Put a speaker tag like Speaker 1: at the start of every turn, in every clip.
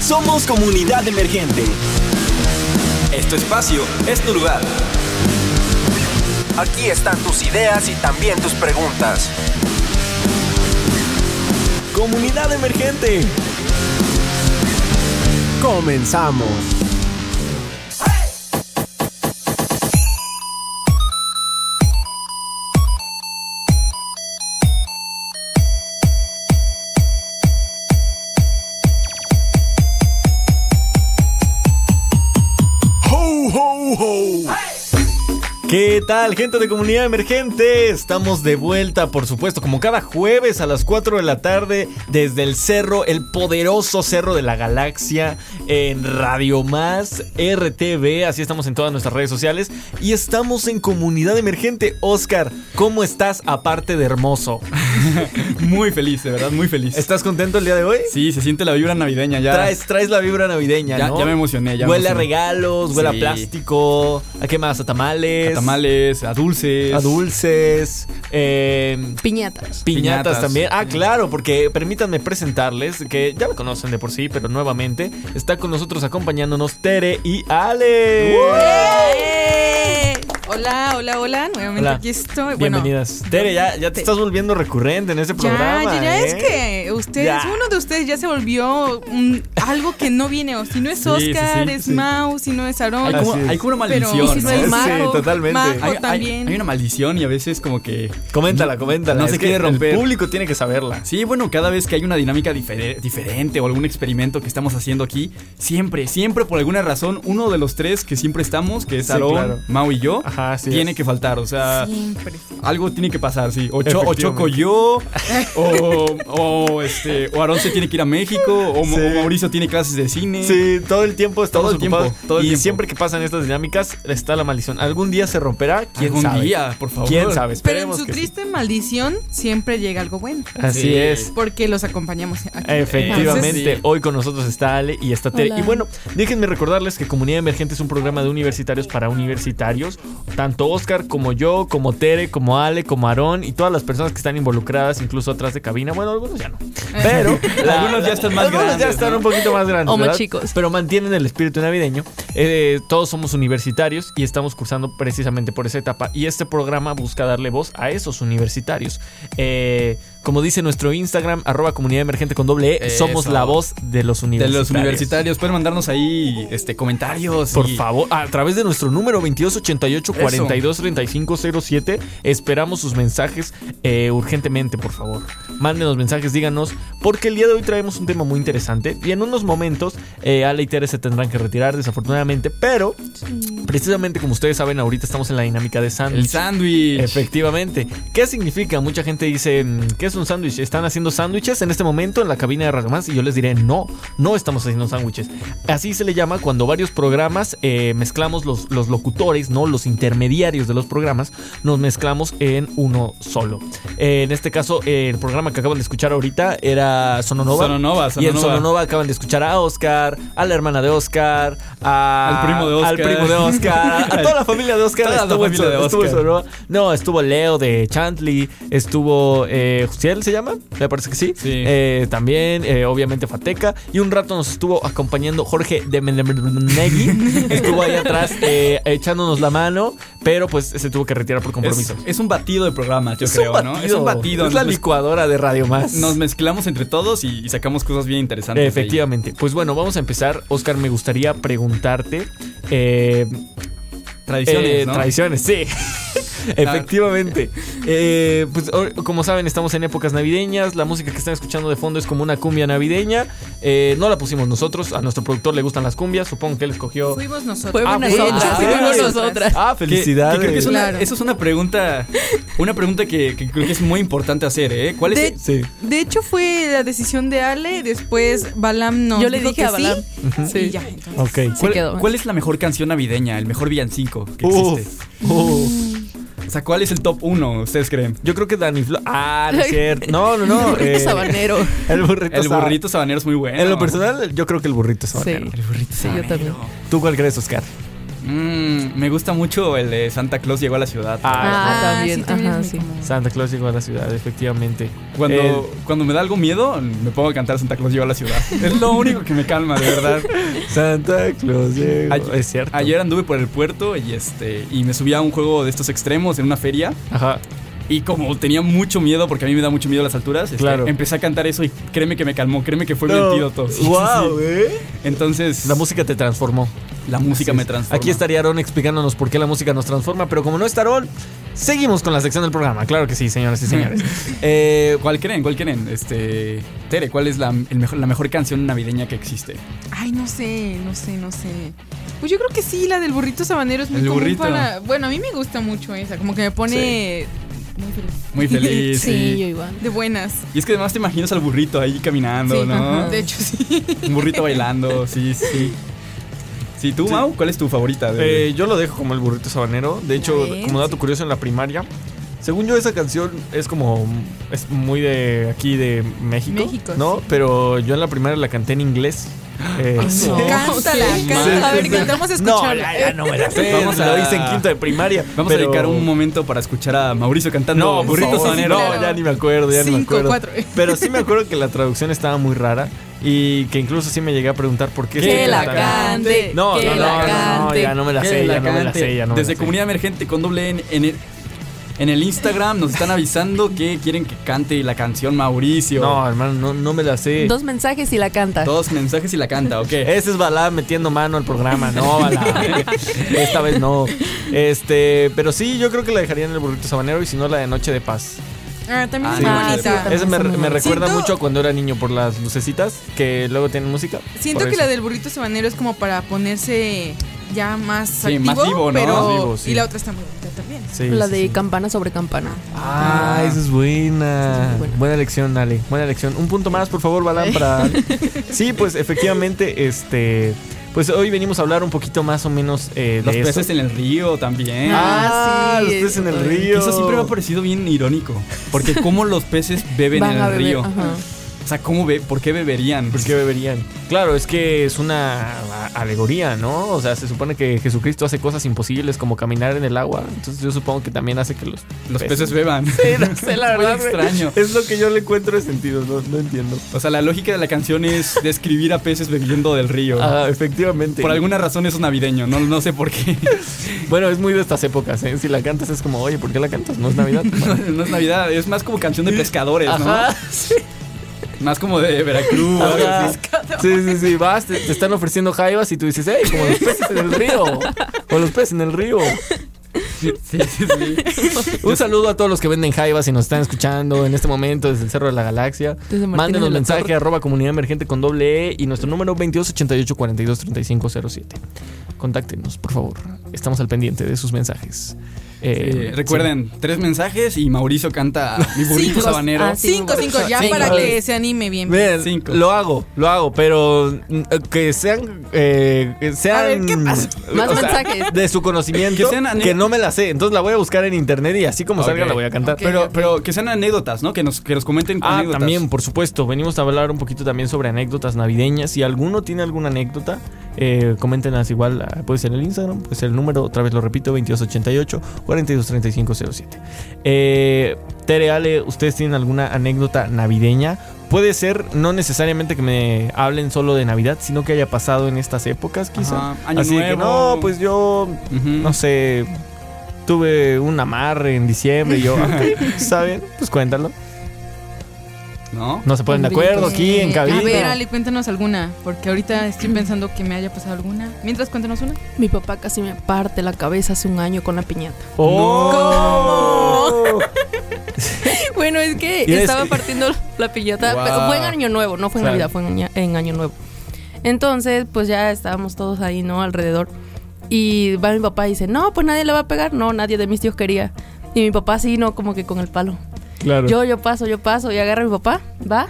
Speaker 1: Somos comunidad emergente.
Speaker 2: Es tu espacio, es tu lugar.
Speaker 3: Aquí están tus ideas y también tus preguntas.
Speaker 1: Comunidad emergente.
Speaker 4: Comenzamos.
Speaker 5: ¿Qué tal, gente de comunidad emergente? Estamos de vuelta, por supuesto, como cada jueves a las 4 de la tarde, desde el cerro, el poderoso cerro de la galaxia, en Radio Más, RTV, así estamos en todas nuestras redes sociales, y estamos en comunidad emergente. Oscar, ¿cómo estás aparte de hermoso?
Speaker 6: muy feliz, de verdad, muy feliz.
Speaker 5: ¿Estás contento el día de hoy?
Speaker 6: Sí, se siente la vibra navideña ya.
Speaker 5: Traes, traes la vibra navideña,
Speaker 6: ya,
Speaker 5: ¿no?
Speaker 6: ya me emocioné, ya. me
Speaker 5: Huele a
Speaker 6: emocioné.
Speaker 5: regalos, huele
Speaker 6: Sí.
Speaker 5: a plástico, ¿a qué más? ¿A tamales?
Speaker 6: A tamales, a dulces.
Speaker 5: A dulces, eh,
Speaker 7: Piñatas.
Speaker 5: Piñatas,
Speaker 6: Piñatas.
Speaker 5: también. Ah, claro, porque permítanme presentarles, que ya me conocen de por sí, pero nuevamente está con nosotros acompañándonos Tere y Ale.
Speaker 7: Uh, ¡Eh! Hola, hola, hola. Nuevamente
Speaker 5: Hola.
Speaker 7: aquí estoy. Bueno,
Speaker 5: Bienvenidas. Tere, ya, ya te
Speaker 7: te-
Speaker 5: estás volviendo recurrente en este
Speaker 7: Ya,
Speaker 5: programa.
Speaker 7: ya, ya es
Speaker 5: ¿eh?
Speaker 7: que ustedes,
Speaker 5: Ya.
Speaker 7: uno de ustedes ya se volvió mm, algo que no viene. O si no es
Speaker 6: Sí, sí,
Speaker 7: Oscar,
Speaker 6: sí,
Speaker 7: es
Speaker 6: sí.
Speaker 7: Mau, si no es Aarón.
Speaker 6: Hay como,
Speaker 5: Ah, sí.
Speaker 6: hay como una
Speaker 7: Pero-
Speaker 6: maldición.
Speaker 7: y si no es
Speaker 6: ¿no?
Speaker 7: Majo,
Speaker 5: Sí, totalmente.
Speaker 7: Majo
Speaker 6: Hay, hay-
Speaker 7: también.
Speaker 6: hay una maldición y a veces como que...
Speaker 5: Coméntala, coméntala.
Speaker 6: No
Speaker 5: Es
Speaker 6: se
Speaker 5: que
Speaker 6: quiere romper.
Speaker 5: El público tiene que saberla.
Speaker 6: Sí, bueno, cada vez que hay una dinámica difere- diferente o algún experimento que estamos haciendo aquí, siempre, siempre por alguna razón, uno de los tres que siempre estamos, que es
Speaker 5: Sí,
Speaker 6: Aarón,
Speaker 5: claro.
Speaker 6: Mau y yo,
Speaker 5: Ajá, así
Speaker 6: tiene
Speaker 5: es.
Speaker 6: que faltar. O sea,
Speaker 7: Siempre.
Speaker 6: algo tiene que pasar, sí. O, cho- o
Speaker 5: Efectivamente.
Speaker 6: choco yo, o, o, este, o Aarón se tiene que ir a México, o, Mo-
Speaker 5: Sí.
Speaker 6: o Mauricio tiene clases de cine.
Speaker 5: Sí, todo el tiempo estamos
Speaker 6: Todo el tiempo,
Speaker 5: ocupados.
Speaker 6: todo el
Speaker 5: y
Speaker 6: tiempo.
Speaker 5: siempre que pasan estas dinámicas está la maldición. Algún día se romperá, quién
Speaker 6: Algún
Speaker 5: sabe.
Speaker 6: día, por favor.
Speaker 5: ¿Quién
Speaker 7: Pero en
Speaker 5: sabe? Esperemos
Speaker 7: su
Speaker 5: que sí.
Speaker 7: triste maldición siempre llega algo bueno.
Speaker 5: Así
Speaker 6: Sí.
Speaker 5: es.
Speaker 7: Porque los acompañamos aquí.
Speaker 5: Efectivamente,
Speaker 6: Entonces-
Speaker 5: hoy con nosotros está Ale y está Tere.
Speaker 7: Hola.
Speaker 5: Y bueno, déjenme recordarles que Comunidad Emergente es un programa de universitarios para universitarios. Tanto Oscar como yo, como Tere, como Ale, como Aarón y todas las personas que están involucradas, incluso atrás de cabina. Bueno, algunos ya no. Pero
Speaker 6: Algunos ya están más
Speaker 5: algunos ya
Speaker 6: grandes,
Speaker 5: están
Speaker 6: ¿no?
Speaker 5: un poquito más grandes.
Speaker 7: O más
Speaker 5: ¿verdad?
Speaker 7: chicos.
Speaker 5: Pero mantienen el espíritu navideño. Eh, todos somos universitarios y estamos cursando precisamente por esa etapa. Y este programa busca darle voz a esos universitarios. Eh, como dice nuestro Instagram, arroba comunidad emergente con doble E, somos
Speaker 6: Eso.
Speaker 5: la voz de los
Speaker 6: De
Speaker 5: universitarios.
Speaker 6: los universitarios, pueden mandarnos ahí este, comentarios.
Speaker 5: Por
Speaker 6: y-
Speaker 5: favor, a través de nuestro número 2288-423507, esperamos sus mensajes eh, urgentemente, por favor. Mándenos mensajes, díganos, porque el día de hoy traemos un tema muy interesante y en unos momentos eh, Ale y Tere se tendrán que retirar, desafortunadamente, pero precisamente como ustedes saben, ahorita estamos en la dinámica de
Speaker 6: El
Speaker 5: sándwich.
Speaker 6: sándwich.
Speaker 5: Efectivamente. ¿Qué significa? Mucha gente dice, mm, ¿qué es un sándwich? ¿Están haciendo sándwiches en este momento en la cabina de Radio Más? Y yo les diré, no, no estamos haciendo sándwiches. Así se le llama cuando varios programas eh, mezclamos los, los locutores, ¿no? Los intermediarios de los programas, nos mezclamos en uno solo. Eh, en este caso, eh, el programa que acaban de escuchar ahorita era Sononova.
Speaker 6: Sononova,
Speaker 5: Y en
Speaker 6: Sononova.
Speaker 5: Sononova acaban de escuchar a Oscar, a la hermana de Oscar, a-
Speaker 6: Al primo de
Speaker 5: Al
Speaker 6: Oscar.
Speaker 5: primo de Oscar, a toda la familia de Oscar.
Speaker 6: Toda la
Speaker 5: estuvo en
Speaker 6: familia
Speaker 5: Son-
Speaker 6: de
Speaker 5: estuvo en
Speaker 6: Oscar.
Speaker 5: Sononova. No, estuvo Leo de Chantley, estuvo eh, Jusiel, se llama, me parece que sí.
Speaker 6: Sí.
Speaker 5: Eh, también, eh, obviamente, Fateca. Y un rato nos estuvo acompañando Jorge de Menegui. estuvo ahí atrás eh, echándonos la mano, pero pues se tuvo que retirar por
Speaker 6: Es,
Speaker 5: compromiso.
Speaker 6: es un batido de programas, yo creo, ¿no? Es un batido.
Speaker 5: Es la
Speaker 6: nos mez-
Speaker 5: licuadora de Radio Más.
Speaker 6: Nos mezclamos entre todos y, y sacamos cosas bien interesantes. de ahí.
Speaker 5: Efectivamente. Pues bueno, vamos a empezar. Oscar, me gustaría preguntarte. eh,
Speaker 6: Tradiciones,
Speaker 5: Eh,
Speaker 6: ¿no?
Speaker 5: Tradiciones, sí. Efectivamente. Eh, pues, o- como saben, estamos en épocas navideñas. La música que están escuchando de fondo es como una cumbia navideña. Eh, no la pusimos nosotros. A nuestro productor le gustan las cumbias. Supongo que él escogió.
Speaker 7: Fuimos
Speaker 5: Fue
Speaker 7: nosotros.
Speaker 5: una-
Speaker 7: de hecho,
Speaker 5: Ah,
Speaker 7: fuimos
Speaker 5: sí.
Speaker 7: nosotras.
Speaker 5: Ah,
Speaker 6: Que- que
Speaker 5: felicidades.
Speaker 6: creo que es una,
Speaker 7: Claro.
Speaker 6: Eso es una pregunta. Una pregunta que, que creo que es muy importante hacer, ¿eh? ¿Cuál es?
Speaker 7: De-
Speaker 5: Sí.
Speaker 7: De hecho, fue la decisión de Ale. Después Balam nos
Speaker 8: Yo le
Speaker 7: dijo
Speaker 8: dije
Speaker 7: que
Speaker 8: a Balam.
Speaker 7: Sí,
Speaker 8: Sí.
Speaker 7: Y ya, entonces.
Speaker 5: Ok.
Speaker 8: Se
Speaker 6: ¿Cuál,
Speaker 8: quedó.
Speaker 6: cuál es la mejor canción navideña, el mejor villancico que
Speaker 5: Uf,
Speaker 6: existe?
Speaker 5: uf.
Speaker 6: O sea, ¿cuál es el top uno, ustedes creen?
Speaker 5: Yo creo que Dani Flo. Ah, no es cierto. No, no, no.
Speaker 8: Burrito
Speaker 5: eh,
Speaker 8: sabanero.
Speaker 5: el burrito
Speaker 6: El
Speaker 5: sab-
Speaker 6: burrito sabanero es muy bueno.
Speaker 5: En lo personal, yo creo que el burrito
Speaker 8: Sí.
Speaker 5: sabanero.
Speaker 8: Sí, yo también.
Speaker 5: ¿Tú cuál crees, Oscar?
Speaker 6: Mm, me gusta mucho el de Santa Claus llegó a la ciudad.
Speaker 5: Ah,
Speaker 4: Ah, también, ajá,
Speaker 7: es muy
Speaker 4: sí.
Speaker 7: común.
Speaker 5: Santa Claus llegó a la ciudad, efectivamente.
Speaker 6: Cuando,
Speaker 5: Eh,
Speaker 6: cuando me da algo miedo, me pongo a cantar Santa Claus llegó a la ciudad. Es lo único que me calma, de verdad.
Speaker 5: Santa Claus llegó.
Speaker 6: Ayer-
Speaker 5: es cierto.
Speaker 6: Ayer anduve por el puerto y este y me subí a un juego de estos extremos en una feria
Speaker 5: Ajá.
Speaker 6: y como tenía mucho miedo porque a mí me da mucho miedo las alturas, este,
Speaker 5: Claro.
Speaker 6: empecé a cantar eso y créeme que me calmó, créeme que fue mi antídoto. Sí, sí,
Speaker 5: Guau,
Speaker 6: sí.
Speaker 5: ¿eh?
Speaker 6: Entonces
Speaker 5: La música te transformó.
Speaker 6: la música me transforma.
Speaker 5: Aquí estaría Aarón explicándonos por qué la música nos transforma, pero como no está Aarón, seguimos con la sección del programa. Claro que sí, señoras y señores.
Speaker 6: Eh, ¿Cuál creen? ¿Cuál creen? Este, Tere, ¿cuál es la, el mejor, la mejor canción navideña que existe?
Speaker 7: Ay, no sé, no sé, no sé. Pues yo creo que sí, la del burrito sabanero es muy
Speaker 6: El
Speaker 7: común
Speaker 6: burrito.
Speaker 7: para. Bueno, a mí me gusta mucho esa, como que me pone muy feliz.
Speaker 6: Muy feliz.
Speaker 4: Sí,
Speaker 6: sí.
Speaker 4: yo igual.
Speaker 7: De buenas.
Speaker 6: Y es que además te imaginas al burrito ahí caminando,
Speaker 7: sí,
Speaker 6: ¿no?
Speaker 7: de hecho sí.
Speaker 6: Un burrito bailando, sí, sí. Sí, tú, Mau, ¿cuál es tu favorita? De...
Speaker 5: Eh, yo lo dejo como el burrito sabanero. De hecho,
Speaker 7: Ya ves.
Speaker 5: como dato curioso en la primaria, según yo esa canción es como es muy de aquí de México,
Speaker 7: México,
Speaker 5: ¿no? Pero yo en la primaria la canté en inglés. Eh,
Speaker 4: Ay, no.
Speaker 7: Cántala,
Speaker 4: Sí,
Speaker 7: cántala. A ver, cantamos a
Speaker 5: No,
Speaker 7: escucharla.
Speaker 5: ya, ya no me la sé.
Speaker 6: Vamos a-
Speaker 5: lo hice en quinto de primaria.
Speaker 6: Vamos a
Speaker 5: pero-
Speaker 6: dedicar un momento para escuchar a Mauricio cantando
Speaker 5: No, burrito
Speaker 7: Sí, sí,
Speaker 5: sabanero.
Speaker 7: claro.
Speaker 5: No, ya ni me acuerdo, ya ni me
Speaker 7: Cinco,
Speaker 5: acuerdo.
Speaker 7: cuatro.
Speaker 5: Pero sí me acuerdo que la traducción estaba muy rara y que incluso sí me llegué a preguntar por qué.
Speaker 4: Que
Speaker 5: se
Speaker 4: la
Speaker 5: cantaba.
Speaker 4: cante.
Speaker 5: No,
Speaker 4: que
Speaker 5: no, no,
Speaker 4: la
Speaker 5: no, no,
Speaker 4: cante.
Speaker 5: ya no me la
Speaker 6: Que
Speaker 5: sé,
Speaker 6: la
Speaker 5: ya no me la
Speaker 6: cante.
Speaker 5: sé, ya no me la
Speaker 6: Desde
Speaker 5: sé.
Speaker 6: Comunidad Emergente con doble N en el, en el Instagram nos están avisando que quieren que cante la canción Mauricio.
Speaker 5: No, hermano, no, no me la sé.
Speaker 4: Dos mensajes y la canta.
Speaker 6: Todos mensajes y la canta, ok.
Speaker 5: Ese es Balá metiendo mano al programa, no Balá. Esta vez no. Este, pero sí, yo creo que la dejaría en el burrito sabanero y si no la de Noche de Paz.
Speaker 7: Ah,
Speaker 9: Mm,
Speaker 7: también es muy
Speaker 6: Ah, sí,
Speaker 7: bonita.
Speaker 4: también
Speaker 5: Esa me,
Speaker 4: está muy
Speaker 5: me
Speaker 4: buena.
Speaker 5: recuerda
Speaker 7: Siento-
Speaker 5: mucho a cuando era niño por las lucecitas que luego tienen música.
Speaker 7: Siento
Speaker 5: Por
Speaker 7: que
Speaker 5: eso.
Speaker 7: la del burrito sabanero es como para ponerse ya más
Speaker 6: Sí,
Speaker 7: activo,
Speaker 6: más vivo, ¿no?
Speaker 7: pero
Speaker 5: Más vivo, sí.
Speaker 7: y la otra está muy bonita también.
Speaker 5: Sí,
Speaker 4: La
Speaker 5: sí,
Speaker 4: de
Speaker 5: sí.
Speaker 4: campana sobre campana.
Speaker 5: Ah, esa es
Speaker 4: Esa
Speaker 5: buena.
Speaker 4: es muy buena.
Speaker 5: Buena elección, Ale. Buena elección. Un punto más, por favor, Balán, para. sí, pues efectivamente, este. Pues hoy venimos a hablar un poquito más o menos eh, de
Speaker 6: Los
Speaker 5: eso.
Speaker 6: peces en el río
Speaker 5: Ah,
Speaker 6: también.
Speaker 4: Ah, sí,
Speaker 5: los peces en el
Speaker 4: eso
Speaker 5: río.
Speaker 6: Eso siempre me ha parecido bien irónico. Porque cómo los peces beben
Speaker 4: Van
Speaker 6: en
Speaker 4: a
Speaker 6: el
Speaker 4: beber.
Speaker 6: río.
Speaker 4: ajá.
Speaker 6: O sea, ¿cómo be ¿por qué beberían?
Speaker 5: ¿Por qué beberían? Claro, es que es una a- alegoría, ¿no? O sea, se supone que Jesucristo hace cosas imposibles como caminar en el agua. Entonces yo supongo que también hace que los,
Speaker 6: Los peces beban.
Speaker 5: no sé, la
Speaker 6: Muy
Speaker 5: verdad, güey.
Speaker 6: extraño.
Speaker 5: Es lo que yo le encuentro de sentido, no, no entiendo.
Speaker 6: O sea, la lógica de la canción es describir a peces bebiendo del río.
Speaker 5: Ah, efectivamente.
Speaker 6: Por alguna razón eso es navideño, no, no sé por qué.
Speaker 5: Bueno, es muy de estas épocas, ¿eh? Si la cantas es como, oye, ¿por qué la cantas? No es Navidad.
Speaker 6: No, no es Navidad, es más como canción de pescadores, ¿no? Más como de Veracruz. o algo
Speaker 5: Ajá.
Speaker 6: así.
Speaker 5: Sí, sí, sí, vas, te, te están ofreciendo jaivas y tú dices, hey, como los peces en el río, o los peces en el río.
Speaker 6: Sí, sí, sí.
Speaker 5: Un saludo a todos los que venden jaivas y nos están escuchando en este momento desde el Cerro de la Galaxia.
Speaker 4: Desde Martínez
Speaker 5: Mándenos
Speaker 4: de la
Speaker 5: mensaje
Speaker 4: Torre.
Speaker 5: arroba comunidad emergente con doble E y nuestro número 2288-423507. Contáctenos, por favor. Estamos al pendiente de sus mensajes. Eh,
Speaker 6: Eh, recuerden, tres mensajes y Mauricio canta Mi burrito
Speaker 7: Cinco.
Speaker 6: sabanero.
Speaker 4: Ah, sí.
Speaker 7: Cinco, cinco, ya
Speaker 4: Cinco.
Speaker 7: para que se anime bien.
Speaker 5: Vean,
Speaker 6: Cinco.
Speaker 5: lo hago, lo hago, pero mm, que sean, eh, que sean
Speaker 7: A ver, ¿qué pasa?
Speaker 5: o
Speaker 4: Más
Speaker 5: sea,
Speaker 4: mensajes.
Speaker 5: de su conocimiento que,
Speaker 6: Que sean ani-
Speaker 5: no me la sé, entonces la voy a buscar en internet y así como salga
Speaker 6: Ok.
Speaker 5: la voy a cantar.
Speaker 6: Pero, pero que sean anécdotas, ¿no? Que nos, que nos comenten
Speaker 5: Ah,
Speaker 6: anécdotas.
Speaker 5: también, por supuesto. Venimos a hablar un poquito también sobre anécdotas navideñas. Si alguno tiene alguna anécdota, eh, coméntenlas igual. ah, Puede ser el Instagram, puede ser el número, otra vez lo repito, 2288-423507. Eh, Tere, Ale, ¿ustedes tienen alguna anécdota navideña? Puede ser, no necesariamente que me hablen solo de Navidad, sino que haya pasado en estas épocas, quizá.
Speaker 6: Ajá, Año
Speaker 5: Así de que,
Speaker 6: Nuevo.
Speaker 5: no, pues yo,
Speaker 6: Ujú.
Speaker 5: no sé, tuve un amarre en diciembre y yo, "Ok, ¿saben? Pues cuéntalo.
Speaker 6: ¿No?
Speaker 5: No se ponen de acuerdo aquí en cabina.
Speaker 7: A ver, Ale, cuéntanos alguna, porque ahorita estoy pensando que me haya pasado alguna. Mientras, cuéntanos una.
Speaker 4: Mi papá casi me parte la cabeza hace un año con la piñata.
Speaker 5: ¡Oh!
Speaker 4: Bueno, es que
Speaker 5: Y es-
Speaker 4: estaba partiendo la piñata.
Speaker 6: Wow.
Speaker 4: pero Fue en Año Nuevo, no fue en
Speaker 5: Claro.
Speaker 4: Navidad, fue en, Aña- en Año Nuevo. Entonces, pues ya estábamos todos ahí, ¿no? Alrededor. Y va mi papá y dice, no, pues nadie le va a pegar. No, nadie de mis tíos quería. Y mi papá sí, no, como que con el palo.
Speaker 5: Claro.
Speaker 4: Yo, yo paso, yo paso. Y agarra a mi papá, va.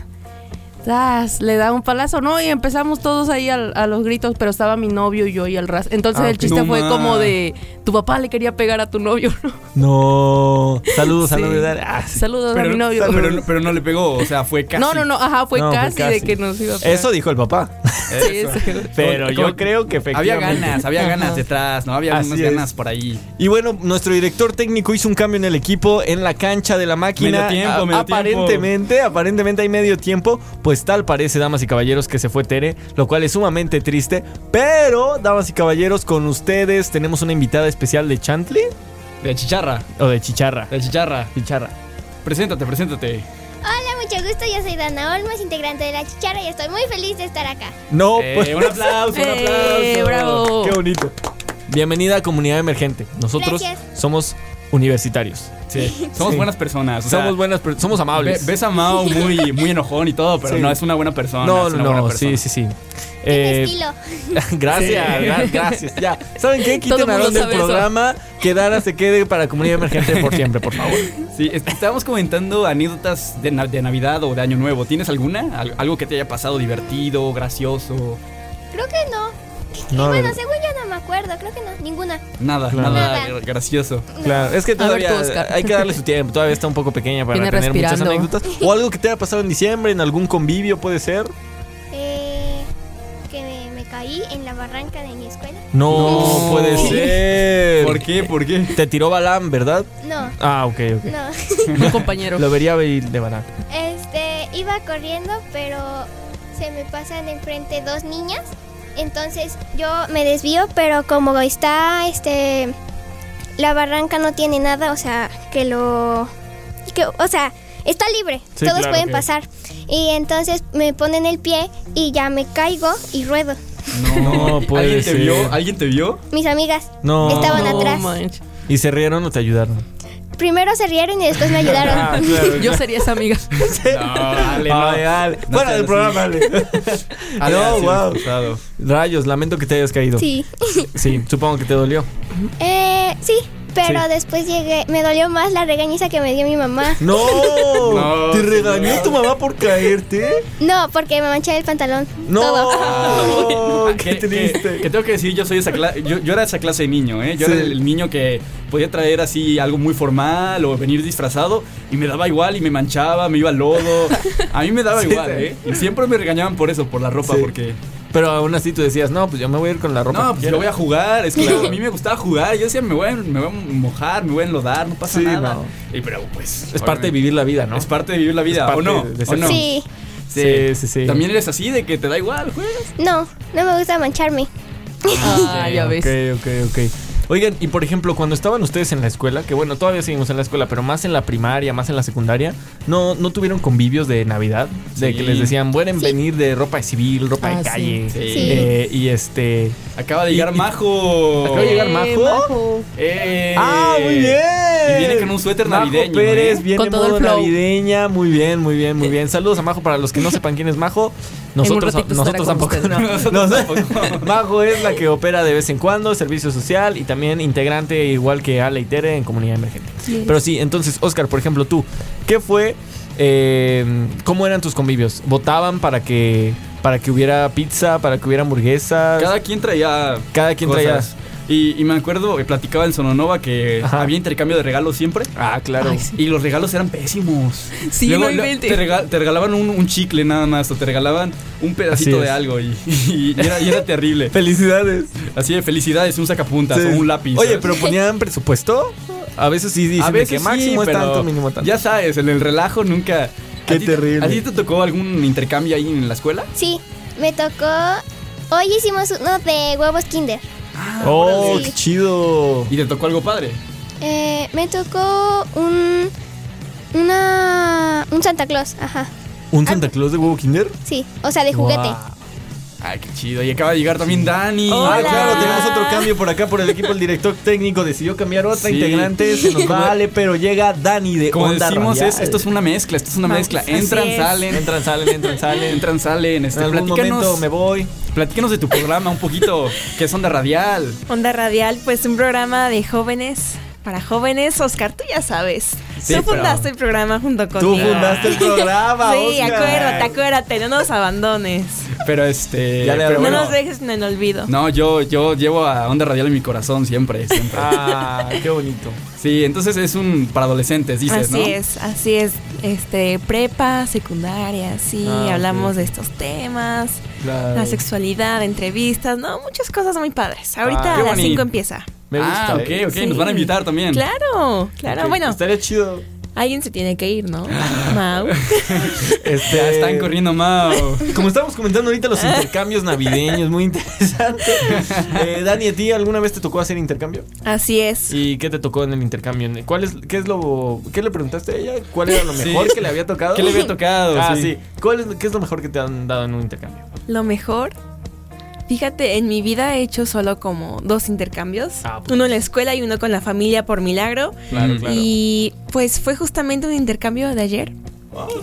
Speaker 4: Tras, le da un palazo, ¿no? Y empezamos todos ahí al- a los gritos, pero estaba mi novio y yo y al ras. Entonces
Speaker 5: Ah,
Speaker 4: el
Speaker 5: ok.
Speaker 4: chiste
Speaker 6: No
Speaker 4: fue
Speaker 6: ma.
Speaker 4: como de, tu papá le quería pegar a tu novio, ¿no?
Speaker 5: No. Saludos a
Speaker 4: Sí.
Speaker 5: la verdad. Ah, sí.
Speaker 4: Saludos a
Speaker 6: Pero,
Speaker 4: mi novio.
Speaker 6: pero- pero no le pegó, o sea, fue casi.
Speaker 4: No, no, no, ajá, fue
Speaker 5: No, fue
Speaker 4: casi,
Speaker 5: casi.
Speaker 4: de que nos iba a pegar.
Speaker 5: Eso dijo el papá.
Speaker 4: Sí, seguro.
Speaker 5: Pero
Speaker 6: Como-
Speaker 5: yo
Speaker 6: como-
Speaker 5: creo que
Speaker 6: Había
Speaker 5: efectivamente.
Speaker 6: ganas, había ganas detrás, ¿no? Había
Speaker 5: Así
Speaker 6: unas
Speaker 5: es.
Speaker 6: ganas por ahí.
Speaker 5: Y bueno, nuestro director técnico hizo un cambio en el equipo, en la cancha de la máquina.
Speaker 6: Medio tiempo,
Speaker 5: A-
Speaker 6: medio
Speaker 5: aparentemente, aparentemente hay medio tiempo. Pues tal parece, damas y caballeros, que se fue Tere, lo cual es sumamente triste. Pero, damas y caballeros, con ustedes tenemos una invitada especial de Chantley
Speaker 6: De chicharra,
Speaker 5: o de Chicharra.
Speaker 6: de chicharra.
Speaker 5: Chicharra.
Speaker 6: Preséntate, preséntate.
Speaker 8: Hola, mucho gusto. Yo soy Dana Olmos, integrante de La Chichara y estoy muy feliz de estar acá.
Speaker 5: No,
Speaker 6: Eh,
Speaker 5: pues.
Speaker 6: un aplauso, un aplauso.
Speaker 4: ¡Eh, bravo!
Speaker 5: Qué bonito. Bienvenida a Comunidad Emergente. Nosotros
Speaker 8: Gracias.
Speaker 5: somos universitarios.
Speaker 6: Sí, somos
Speaker 5: Sí.
Speaker 6: buenas personas. o sea,
Speaker 5: somos buenas, per- somos
Speaker 6: ve-
Speaker 5: amables.
Speaker 6: Ves a Mao muy, muy enojón y todo, pero
Speaker 5: Sí.
Speaker 6: no es una buena persona.
Speaker 5: no,
Speaker 6: es una
Speaker 5: no,
Speaker 6: buena
Speaker 5: no, sí,
Speaker 6: persona.
Speaker 5: sí, sí.
Speaker 8: Tiene
Speaker 5: Eh,
Speaker 8: estilo.
Speaker 5: Gracias,
Speaker 6: Sí.
Speaker 5: gra- gracias. Ya, ¿saben qué?
Speaker 4: Todo el
Speaker 5: Quiten a
Speaker 4: mundo
Speaker 5: Aaron del
Speaker 4: sabe eso.
Speaker 5: programa. Que Dara se quede para comunidad emergente por siempre, por favor.
Speaker 6: Sí, es- estábamos comentando anécdotas de, na- de Navidad o de Año Nuevo. ¿Tienes alguna? Al- algo que te haya pasado divertido, gracioso.
Speaker 8: Creo que no.
Speaker 5: No,
Speaker 8: bueno,
Speaker 5: ¿verdad?
Speaker 8: según yo no me acuerdo. Creo que no. Ninguna.
Speaker 6: Nada,
Speaker 5: Claro.
Speaker 6: nada
Speaker 8: Nada.
Speaker 6: gracioso.
Speaker 5: Claro, es que
Speaker 4: ver,
Speaker 5: todavía
Speaker 4: tú, Oscar.
Speaker 5: hay que darle su tiempo. Todavía está un poco pequeña para
Speaker 4: Viene
Speaker 5: tener muchas
Speaker 4: respirando.
Speaker 5: anécdotas. O algo que te haya pasado en diciembre, en algún convivio, puede ser.
Speaker 8: Eh, que me, me caí en la barranca de mi escuela.
Speaker 5: No, puede ser.
Speaker 6: ¿Por qué? ¿Por qué?
Speaker 5: Te tiró Balán, ¿verdad?
Speaker 8: No,
Speaker 5: Ah, ok, ok.
Speaker 8: no.
Speaker 4: Un compañero.
Speaker 5: Lo vería venir de Balán.
Speaker 8: Este, iba corriendo, pero se me pasan enfrente dos niñas. Entonces yo me desvío, pero como está, este, la barranca no tiene nada, o sea, que lo, que, o sea, está libre,
Speaker 5: Sí,
Speaker 8: todos
Speaker 5: claro,
Speaker 8: pueden
Speaker 5: ok.
Speaker 8: pasar. Y entonces me ponen el pie y ya me caigo y ruedo.
Speaker 5: No, puede
Speaker 6: ¿Alguien
Speaker 5: ser.
Speaker 6: te vio? ¿Alguien te vio?
Speaker 8: Mis amigas
Speaker 5: No.
Speaker 8: estaban
Speaker 4: No
Speaker 8: atrás.
Speaker 4: manches.
Speaker 5: ¿Y se rieron o te ayudaron?
Speaker 8: Primero se rieron y después me
Speaker 5: Ah,
Speaker 8: ayudaron.
Speaker 4: Yo sería esa amiga.
Speaker 6: No, dale, no.
Speaker 5: Ay, dale.
Speaker 6: No
Speaker 5: Fuera
Speaker 6: seas
Speaker 5: del programa,
Speaker 6: así.
Speaker 5: dale.
Speaker 6: Ale,
Speaker 5: No,
Speaker 6: así de
Speaker 5: wow.
Speaker 6: frustrado.
Speaker 5: Rayos, lamento que te hayas caído.
Speaker 8: sí.
Speaker 5: Sí, supongo que te dolió.
Speaker 8: Eh, sí, pero
Speaker 5: Sí.
Speaker 8: después llegué, me dolió más la regañiza que me dio mi mamá.
Speaker 5: ¡No!
Speaker 6: No,
Speaker 5: ¿Te
Speaker 6: señor.
Speaker 5: regañó tu mamá por caerte?
Speaker 8: No, porque me manché el pantalón.
Speaker 5: ¡No! ¡Qué
Speaker 6: Ah, Que- que-
Speaker 5: triste!
Speaker 6: Que tengo que decir, yo soy esa clase, yo, yo era esa clase de niño, ¿eh? Yo
Speaker 5: Sí.
Speaker 6: era el, el niño que podía traer así algo muy formal o venir disfrazado y me daba igual y me manchaba, me iba al lodo. A mí me daba
Speaker 5: Sí,
Speaker 6: igual,
Speaker 5: sí.
Speaker 6: ¿eh? Y siempre me regañaban por eso, por la ropa,
Speaker 5: Sí.
Speaker 6: porque
Speaker 5: Pero aún así tú decías, no, pues yo me voy a ir con la ropa.
Speaker 6: no,
Speaker 5: que
Speaker 6: pues yo
Speaker 5: quiera".
Speaker 6: voy a jugar, es claro. A mí me gustaba jugar, yo decía, me voy a, me voy a mojar, me voy a enlodar, no pasa
Speaker 5: Sí,
Speaker 6: nada.
Speaker 5: no.
Speaker 6: Y pero pues
Speaker 5: Es parte de vivir la vida, ¿no?
Speaker 6: Es parte de vivir la vida,
Speaker 5: Es
Speaker 6: ¿o no?
Speaker 5: parte de- de
Speaker 6: ¿O no?
Speaker 8: Sí,
Speaker 5: Sí, sí, sí.
Speaker 6: También eres así de que te da igual, juegas.
Speaker 8: no, no me gusta mancharme.
Speaker 4: Ah, ya ves.
Speaker 5: Ok, ok, ok. Oigan, y por ejemplo, cuando estaban ustedes en la escuela, que bueno, todavía seguimos en la escuela, pero más en la primaria, más en la secundaria, ¿no, no tuvieron convivios de Navidad? De
Speaker 6: Sí.
Speaker 5: que les decían, pueden venir de ropa de civil, ropa
Speaker 4: Ah,
Speaker 5: de
Speaker 4: sí.
Speaker 5: calle.
Speaker 6: Sí.
Speaker 5: eh, y este.
Speaker 6: Acaba de llegar Majo.
Speaker 5: Acaba de llegar Majo.
Speaker 6: ¡Eh!
Speaker 5: ¡Ah, muy bien!
Speaker 6: Y viene con un suéter
Speaker 5: Majo
Speaker 6: navideño.
Speaker 5: Pérez
Speaker 6: ¿eh?
Speaker 5: viene
Speaker 4: Con todo
Speaker 5: modo
Speaker 4: el flow. Eh.
Speaker 5: navideña. Muy bien, muy bien, muy bien. Saludos a Majo para los que no sepan quién es Majo. Nosotros,
Speaker 4: ratito
Speaker 5: nosotros
Speaker 4: estará con
Speaker 5: tampoco.
Speaker 4: ustedes.
Speaker 5: No,
Speaker 6: Nosotros tampoco.
Speaker 5: Majo es la que opera de vez en cuando, servicio social y también integrante, igual que Ale y Tere, en comunidad emergente. Pero sí, entonces, Oscar, por ejemplo, tú, ¿qué fue? eh, ¿Cómo eran tus convivios? ¿Votaban para que, para que hubiera pizza, para que hubiera hamburguesas?
Speaker 6: Cada quien traía.
Speaker 5: Cada quien traía-
Speaker 6: Y, y me acuerdo que platicaba en Sononova que
Speaker 5: Ajá.
Speaker 6: había intercambio de regalos siempre.
Speaker 5: Ah, claro.
Speaker 4: Ay, sí.
Speaker 6: Y los regalos eran pésimos.
Speaker 4: Sí,
Speaker 6: Luego,
Speaker 4: no
Speaker 6: lo-
Speaker 4: inventes.
Speaker 6: te, rega- te regalaban un, un chicle nada más, o te regalaban un pedacito
Speaker 5: Así
Speaker 6: de
Speaker 5: es.
Speaker 6: algo y, y- y era, y era terrible.
Speaker 5: Felicidades.
Speaker 6: Así de felicidades, un sacapuntas
Speaker 5: Sí.
Speaker 6: o un lápiz.
Speaker 5: Oye,
Speaker 6: ¿sabes?
Speaker 5: pero ponían presupuesto. A veces sí dicen
Speaker 6: a
Speaker 5: de
Speaker 6: veces
Speaker 5: que
Speaker 6: sí,
Speaker 5: máximo es
Speaker 6: pero
Speaker 5: tanto, mínimo tanto.
Speaker 6: Ya sabes, en el relajo nunca.
Speaker 5: Qué
Speaker 6: ¿A ti-
Speaker 5: terrible.
Speaker 6: ¿A ti te tocó algún intercambio ahí en la escuela?
Speaker 8: Sí, me tocó. Hoy hicimos uno de huevos Kinder.
Speaker 5: oh,
Speaker 8: órale.
Speaker 5: qué chido.
Speaker 6: ¿Y te tocó algo padre?
Speaker 8: Eh, me tocó un. Una. Un Santa Claus, ajá.
Speaker 5: ¿Un Santa Claus de huevo Kinder?
Speaker 8: Sí, o sea, de juguete.
Speaker 6: Ay, qué chido. Y acaba de llegar también Dani.
Speaker 5: Ah,
Speaker 4: Hola.
Speaker 5: claro, tenemos otro cambio por acá por el equipo. El director técnico decidió cambiar otra
Speaker 6: Sí.
Speaker 5: integrante. Se nos
Speaker 6: Como-
Speaker 5: vale, pero llega Dani de
Speaker 6: Como
Speaker 5: Onda
Speaker 6: decimos,
Speaker 5: Radial.
Speaker 6: es, esto es una mezcla, esto es una
Speaker 4: No,
Speaker 6: mezcla.
Speaker 4: así
Speaker 6: Entran,
Speaker 4: es.
Speaker 6: salen,
Speaker 5: Entran, salen, entran, salen.
Speaker 6: entran, salen.
Speaker 5: En
Speaker 6: Este,
Speaker 5: algún momento
Speaker 6: platícanos,
Speaker 5: me voy.
Speaker 6: platícanos de tu programa un poquito, que es onda radial.
Speaker 10: Onda Radial, pues un programa de jóvenes para jóvenes. Oscar, tú ya sabes.
Speaker 6: Sí,
Speaker 10: tú
Speaker 6: pero-
Speaker 10: fundaste el programa junto
Speaker 6: Tú
Speaker 10: conmigo.
Speaker 6: fundaste el programa.
Speaker 10: Sí,
Speaker 6: Oscar.
Speaker 10: acuérdate, acuérdate, no nos abandones.
Speaker 6: Pero este.
Speaker 5: Ya le
Speaker 6: pero
Speaker 10: no
Speaker 6: bueno,
Speaker 10: nos dejes en el olvido.
Speaker 6: No, yo, yo llevo a Onda Radial en mi corazón siempre, siempre.
Speaker 5: Ah, qué bonito.
Speaker 6: Sí, entonces es un para adolescentes, dices,
Speaker 10: así
Speaker 6: ¿no?
Speaker 10: es, así es. Este, prepa, secundaria, sí,
Speaker 5: Ah,
Speaker 10: hablamos
Speaker 5: ok.
Speaker 10: de estos temas,
Speaker 5: Claro.
Speaker 10: la sexualidad, entrevistas, no, muchas cosas muy padres. Ahorita
Speaker 6: qué
Speaker 10: a las
Speaker 6: bonito.
Speaker 10: 5 empieza.
Speaker 5: Me gusta.
Speaker 6: Ah, ok,
Speaker 5: ¿eh?
Speaker 6: ok,
Speaker 10: Sí.
Speaker 6: nos van a invitar también.
Speaker 10: Claro, claro.
Speaker 5: Ok,
Speaker 10: Bueno,
Speaker 5: Estaría chido.
Speaker 10: alguien se tiene que ir, ¿no? Mau.
Speaker 5: Este,
Speaker 6: Ya están corriendo Mao.
Speaker 5: Como estábamos comentando ahorita, los intercambios navideños, muy interesante. Eh, Dani, ¿a ti alguna vez te tocó hacer intercambio?
Speaker 10: Así es.
Speaker 5: ¿Y qué te tocó en el intercambio? ¿Cuál es, ¿Qué es lo qué le preguntaste a ella? ¿Cuál era lo mejor que le había tocado?
Speaker 6: ¿Qué le había tocado?
Speaker 5: Ah, sí. ¿Cuál es, ¿Qué es lo mejor que te han dado en un intercambio?
Speaker 10: Lo mejor. Fíjate, en mi vida he hecho solo como dos intercambios.
Speaker 5: Ah, pues.
Speaker 10: Uno en la escuela y uno con la familia por milagro.
Speaker 6: Claro,
Speaker 5: Mm.
Speaker 6: claro.
Speaker 10: Y pues fue justamente un intercambio de ayer. En,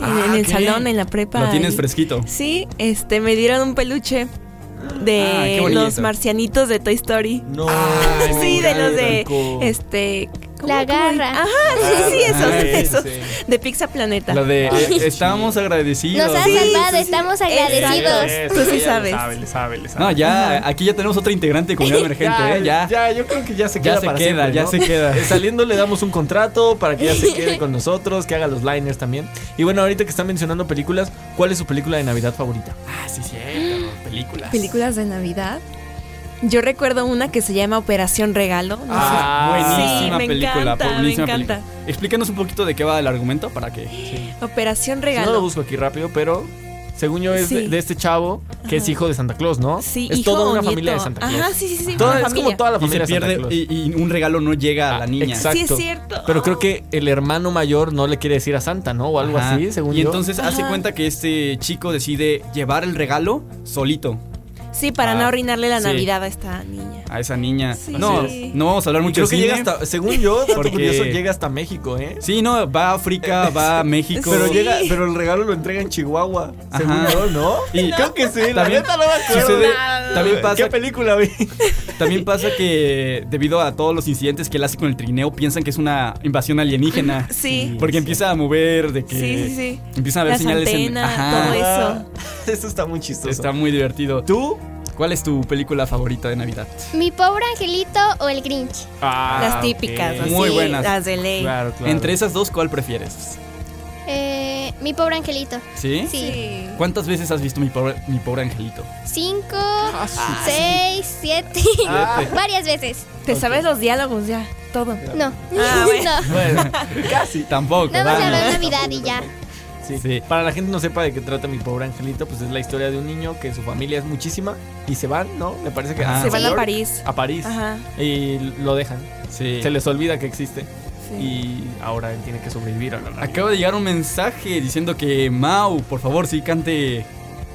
Speaker 6: Ah,
Speaker 10: en el
Speaker 6: ok.
Speaker 10: salón, en la prepa.
Speaker 6: Lo tienes
Speaker 10: y-
Speaker 6: fresquito.
Speaker 10: Sí, este, me dieron un peluche
Speaker 6: Ah, qué
Speaker 10: de
Speaker 6: bonito. Ah,
Speaker 10: los marcianitos de Toy Story.
Speaker 5: No.
Speaker 10: sí, de los de
Speaker 5: Franco.
Speaker 10: este ¿cómo-
Speaker 8: La
Speaker 10: cómo era?
Speaker 8: garra.
Speaker 10: Ajá, sí, sí, esos,
Speaker 6: Ah,
Speaker 10: esos.
Speaker 5: sí.
Speaker 10: De Pizza Planeta.
Speaker 6: Lo de
Speaker 5: Ah,
Speaker 6: eh,
Speaker 5: sí.
Speaker 6: estábamos agradecidos.
Speaker 8: Nos has salvado, estamos agradecidos.
Speaker 5: Eso,
Speaker 10: Tú sí
Speaker 5: ella le
Speaker 10: sabes.
Speaker 5: sabe, le sabe, le sabe.
Speaker 6: No, ya, aquí ya tenemos otro integrante de comunidad emergente, ¿eh? Ya.
Speaker 5: ya, yo creo que ya se
Speaker 6: Ya
Speaker 5: queda.
Speaker 6: se
Speaker 5: para
Speaker 6: queda,
Speaker 5: siempre,
Speaker 6: ya
Speaker 5: ¿no?
Speaker 6: se queda.
Speaker 5: Eh, Saliendo le damos un contrato para que ya se quede con nosotros, que haga los liners también. Y bueno, ahorita que están mencionando películas, ¿cuál es su película de Navidad favorita?
Speaker 6: Ah, sí, cierto. Películas.
Speaker 10: Películas de Navidad. Yo recuerdo una que se llama Operación Regalo. No sé.
Speaker 6: Ah,
Speaker 10: Sí,
Speaker 6: buenísima
Speaker 10: me
Speaker 6: película.
Speaker 10: encanta, me
Speaker 6: buenísima
Speaker 10: encanta.
Speaker 6: película. Explícanos un poquito de qué va el argumento para que.
Speaker 10: Operación
Speaker 5: No lo
Speaker 10: Regalo.
Speaker 5: busco aquí rápido, pero según yo es de,
Speaker 10: Sí.
Speaker 5: de este chavo que es hijo de Santa Claus, ¿no?
Speaker 10: sí,
Speaker 5: es
Speaker 10: hijo
Speaker 5: toda
Speaker 10: o
Speaker 5: una
Speaker 10: nieto.
Speaker 5: familia de Santa Claus.
Speaker 10: Ajá, sí, sí, sí.
Speaker 5: Toda-
Speaker 10: una
Speaker 5: es como
Speaker 10: familia.
Speaker 5: toda la
Speaker 6: Y
Speaker 5: familia
Speaker 6: se
Speaker 5: de Santa
Speaker 6: pierde.
Speaker 5: Claus.
Speaker 6: Y, y un regalo no llega a la
Speaker 5: Ah,
Speaker 6: niña.
Speaker 5: exacto.
Speaker 10: Sí, es cierto. Oh.
Speaker 5: Pero creo que el hermano mayor no le quiere decir a Santa, ¿no? O algo
Speaker 6: Ajá.
Speaker 5: así, según
Speaker 6: Y
Speaker 5: yo.
Speaker 6: entonces hace
Speaker 10: Ajá.
Speaker 6: cuenta que este chico decide llevar el regalo solito
Speaker 10: Sí, para no
Speaker 6: Ah,
Speaker 10: arruinarle la
Speaker 6: sí.
Speaker 10: Navidad a esta niña.
Speaker 6: a esa niña.
Speaker 10: Sí.
Speaker 6: No,
Speaker 10: Sí.
Speaker 6: no vamos a hablar
Speaker 5: Y creo
Speaker 6: mucho de
Speaker 5: que
Speaker 6: cine.
Speaker 5: llega hasta, según yo, dato
Speaker 6: Porque-
Speaker 5: curioso, llega hasta México, ¿eh?
Speaker 6: Sí, no, va a África, va a México.
Speaker 5: Pero
Speaker 10: Sí.
Speaker 5: llega, pero el regalo lo entrega en Chihuahua,
Speaker 6: Ajá.
Speaker 5: según yo, ¿no?
Speaker 6: Y
Speaker 5: creo que sí, la
Speaker 6: También
Speaker 5: neta no me acuerdo.
Speaker 6: sucede-
Speaker 5: Nada.
Speaker 6: también pasa-
Speaker 5: ¿Qué película vi?
Speaker 6: También pasa que debido a todos los incidentes que él hace con el trineo piensan que es una invasión alienígena.
Speaker 10: Sí.
Speaker 6: Porque empieza a mover de que
Speaker 10: Sí, sí, sí.
Speaker 6: empiezan a ver
Speaker 10: Las
Speaker 6: señales
Speaker 10: antenas,
Speaker 6: en
Speaker 10: todo eso.
Speaker 5: Esto está muy chistoso.
Speaker 6: Está muy divertido. ¿Tú? ¿Cuál es tu película favorita de Navidad?
Speaker 8: ¿Mi pobre angelito o el Grinch?
Speaker 10: las típicas, así,
Speaker 6: Ah, Muy buenas.
Speaker 10: las de ley.
Speaker 5: Claro, claro.
Speaker 6: Entre esas dos, ¿cuál prefieres?
Speaker 8: Eh, mi pobre angelito.
Speaker 6: ¿Sí?
Speaker 8: Sí.
Speaker 10: Sí.
Speaker 6: ¿Cuántas veces has visto mi pobre, mi pobre angelito?
Speaker 8: Cinco,
Speaker 10: Ah,
Speaker 8: seis, siete. Varias veces.
Speaker 10: Te sabes los diálogos ya, todo.
Speaker 8: No.
Speaker 10: Ah, bueno.
Speaker 8: no.
Speaker 5: Bueno,
Speaker 6: Casi. Tampoco.
Speaker 8: Nada más
Speaker 6: Dani.
Speaker 8: la veo en Navidad y ya.
Speaker 5: sí.
Speaker 6: Sí.
Speaker 5: Para la gente no sepa de qué trata mi pobre angelito, pues es la historia de un niño que su familia es muchísima y se van, ¿no? Me parece que
Speaker 6: Ajá.
Speaker 10: Ah. Se van
Speaker 8: Sí.
Speaker 10: a París.
Speaker 5: a París
Speaker 10: Ajá.
Speaker 5: y lo dejan.
Speaker 6: Sí.
Speaker 5: Se les olvida que existe
Speaker 10: Sí.
Speaker 5: y ahora él tiene que sobrevivir a la Navidad.
Speaker 6: Acaba de llegar un mensaje diciendo que Mau, por favor, sí cante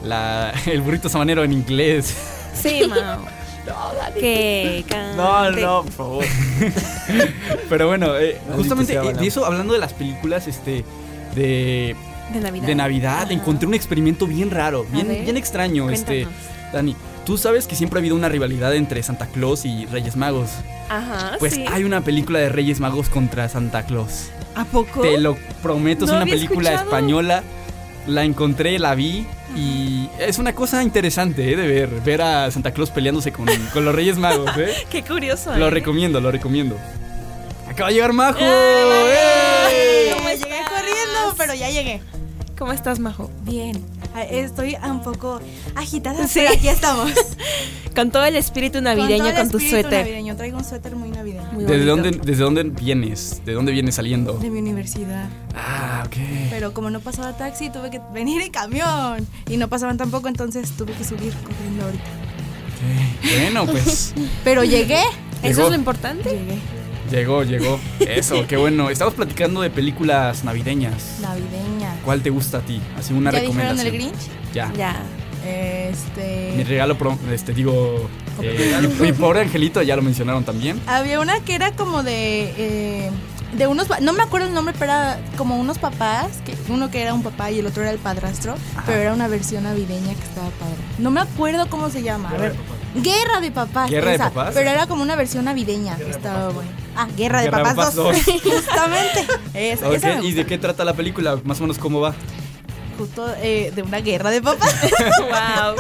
Speaker 6: la, el burrito sabanero en inglés.
Speaker 10: Sí, Mao. Que cante.
Speaker 5: No, no, por favor.
Speaker 6: Pero bueno, eh,
Speaker 5: Maldito
Speaker 6: justamente
Speaker 5: sea,
Speaker 6: eh,
Speaker 5: Balaam.
Speaker 6: de eso, hablando de las películas, este, de,
Speaker 10: De Navidad.
Speaker 6: de Navidad,
Speaker 10: Ajá.
Speaker 6: encontré un experimento bien raro, bien,
Speaker 10: ver.
Speaker 6: bien extraño, este,
Speaker 10: Cuéntanos.
Speaker 6: Dani. Tú sabes que siempre ha habido una rivalidad entre Santa Claus y Reyes Magos.
Speaker 10: Ajá,
Speaker 6: Pues
Speaker 10: Ah, sí.
Speaker 6: hay una película de Reyes Magos contra Santa Claus.
Speaker 10: ¿A poco?
Speaker 6: Te lo prometo, es
Speaker 10: No
Speaker 6: una
Speaker 10: había
Speaker 6: película
Speaker 10: escuchado.
Speaker 6: española. La encontré, la vi y es una cosa interesante eh, de ver, ver a Santa Claus peleándose con, con los Reyes Magos. ¿eh?
Speaker 10: Qué curioso.
Speaker 6: Lo
Speaker 10: ¿eh?
Speaker 6: recomiendo, lo recomiendo. Acaba de llegar Majo. ¡Eh!
Speaker 10: ¡Ay! Pues ¿Cómo
Speaker 9: Llegué
Speaker 10: estás?
Speaker 9: corriendo, pero ya llegué.
Speaker 10: ¿Cómo estás, Majo?
Speaker 9: Bien. Ah, Estoy un poco agitada,
Speaker 10: Sí.
Speaker 9: pero aquí estamos.
Speaker 10: Con todo el espíritu navideño, con,
Speaker 9: todo el
Speaker 10: tu
Speaker 9: espíritu
Speaker 10: suéter.
Speaker 9: navideño. Traigo un suéter muy navideño.
Speaker 10: Muy
Speaker 6: ¿Desde
Speaker 10: bonito.
Speaker 6: dónde, ¿Desde dónde vienes? ¿De dónde vienes saliendo?
Speaker 9: De mi universidad.
Speaker 6: Ah, ok.
Speaker 9: Pero como no pasaba taxi, tuve que venir en camión. Y no pasaban tampoco, entonces tuve que subir corriendo ahorita.
Speaker 6: Bueno, pues
Speaker 9: Pero llegué.
Speaker 10: ¿Eso
Speaker 6: Llegó.
Speaker 10: es lo importante?
Speaker 9: Llegué.
Speaker 6: llegó, llegó. Eso, qué bueno. Estamos platicando de películas navideñas.
Speaker 9: Navideña.
Speaker 6: ¿Cuál te gusta a ti? Así una
Speaker 9: ¿Ya dijeron
Speaker 6: recomendación.
Speaker 9: el Grinch?
Speaker 6: Ya.
Speaker 10: Ya.
Speaker 6: Mi
Speaker 9: Este.
Speaker 6: regalo, pro- este, digo, eh, mi, mi pobre angelito, ya lo mencionaron también.
Speaker 9: Había una que era como de. eh, de unos. pa- No me acuerdo el nombre, pero era como unos papás. Que uno que era un papá y el otro era el padrastro. Pero era una versión navideña que estaba padre. No me acuerdo cómo se llama. A ver. Guerra de papás.
Speaker 6: Guerra de
Speaker 9: esa,
Speaker 6: papás.
Speaker 9: Pero era como una versión navideña. que estaba bueno. Ah, Guerra de
Speaker 6: Guerra de Papás
Speaker 9: Papás 2.
Speaker 6: dos.
Speaker 9: Justamente. Esa, esa
Speaker 6: Ok,
Speaker 9: me
Speaker 6: ¿Y de qué trata la película? Más o menos cómo va.
Speaker 9: justo eh, de una guerra de papás. wow.